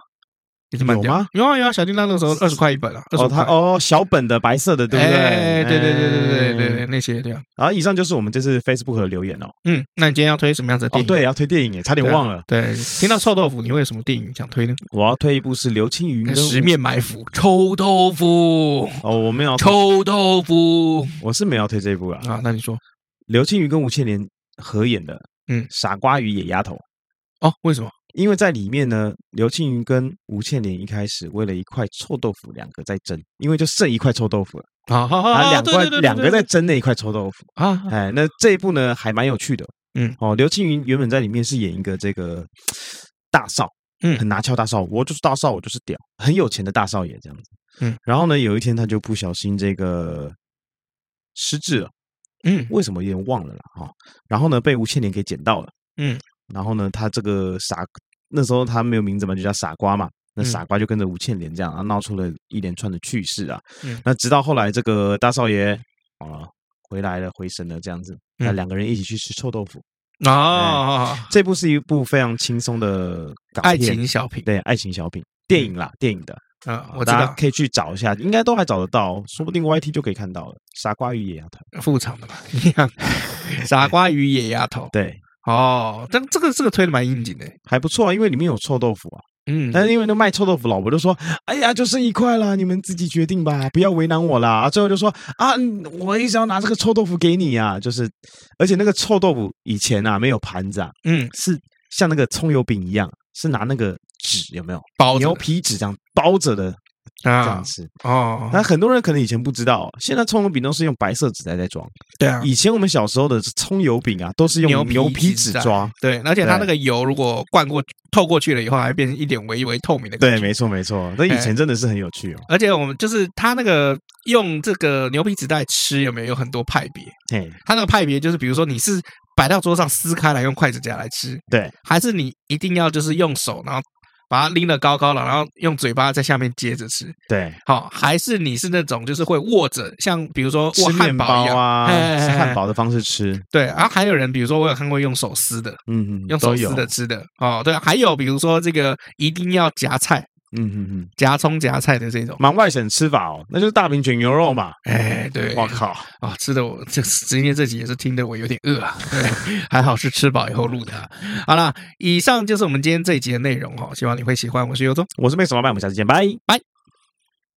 你是蛮有屌吗？有啊有啊，小叮当那个时候二十块一本啊，二十哦，他块。哦，小本的白色的，对不对？哎，对对对对对对对，哎。那些对啊，然后以上就是我们这次 Facebook 的留言哦。嗯，那你今天要推什么样子的哦，电影？对，要推电影耶，差点对啊忘了。对，听到臭豆腐，你会有什么电影想推呢？我要推一部是刘青云跟十面埋伏，臭豆腐，哦，我没有要推，臭豆腐我是没有要推这一部啊。啊！那你说刘青云跟吴倩莲合演的，嗯傻瓜与野丫头。哦，为什么？因为在里面呢，刘青云跟吴倩莲一开始为了一块臭豆腐，两个在争，因为就剩一块臭豆腐了，啊，好好啊，两对块对对对两个在对争那一块臭豆腐。啊，哎，那这一部呢还蛮有趣的，嗯，哦，刘青云原本在里面是演一个这个大少，嗯很拿翘大少，我就是大少，我就是屌，很有钱的大少爷这样子，嗯，然后呢，有一天他就不小心这个失智了，嗯为什么有点忘了啦，哈、然后呢被吴倩莲给捡到了，嗯，然后呢他这个傻，那时候他没有名字嘛，就叫傻瓜嘛。那嗯傻瓜就跟着吴倩莲这样，然啊后闹出了一连串的趣事啊。嗯那直到后来这个大少爷啊回来了，回神了，这样子，那嗯两个人一起去吃臭豆腐。啊，这部是一部非常轻松的港爱片情小品对爱情小品电影啦，电影的，啊，我知大家道可以去找一下，应该都还找得到，说不定 YT 就可以看到了。傻瓜与野啊鸭头，副厂的嘛，一样，傻瓜与野丫头对，哦，但这个这个推的蛮应景的，还不错啊，因为里面有臭豆腐啊。嗯，但是因为那卖臭豆腐老婆就说：“哎呀，就剩一块啦，你们自己决定吧，不要为难我啦。”啊，最后就说：“啊，嗯我一直要拿这个臭豆腐给你啊。”就是，而且那个臭豆腐以前啊没有盘子啊，嗯，是像那个葱油饼一样，是拿那个纸有没有包子牛皮纸这样包着的这啊样吃。哦，那很多人可能以前不知道，现在葱油饼都是用白色纸袋在装。对啊，以前我们小时候的葱油饼啊，都是牛用皮牛皮纸纸袋装。对，而且它对那个油如果灌过透过去了以后，还变成一点微微透明的感对，觉。没错没错，那哎以前真的是很有趣哦。而且我们就是它那个用这个牛皮纸袋吃，有没有有很多派别？嘿，它那个派别就是，比如说你是摆到桌上撕开来用筷子夹来吃，对，还是你一定要就是用手，然后把它拎得高高了，然后用嘴巴在下面接着吃。对，好，还是你是那种就是会握着，像比如说吃握汉面堡包一样啊，嘿嘿嘿吃汉堡的方式吃，对，然后还有人，比如说我有看过用手撕的，嗯嗯，用手都撕有，的吃的。哦，对，还有比如说这个一定要夹菜，嗯嗯嗯，夹葱夹菜的这种。蛮外省吃法哦，那就是大饼卷牛肉嘛。哎，对，我靠，啊，吃的我这今天这集也是听得我有点饿啊，对，还好是吃饱以后录的啊。好啦，以上就是我们今天这一集的内容哦，希望你会喜欢。我是尤忠。我是没什么办，我们下次见，拜。拜。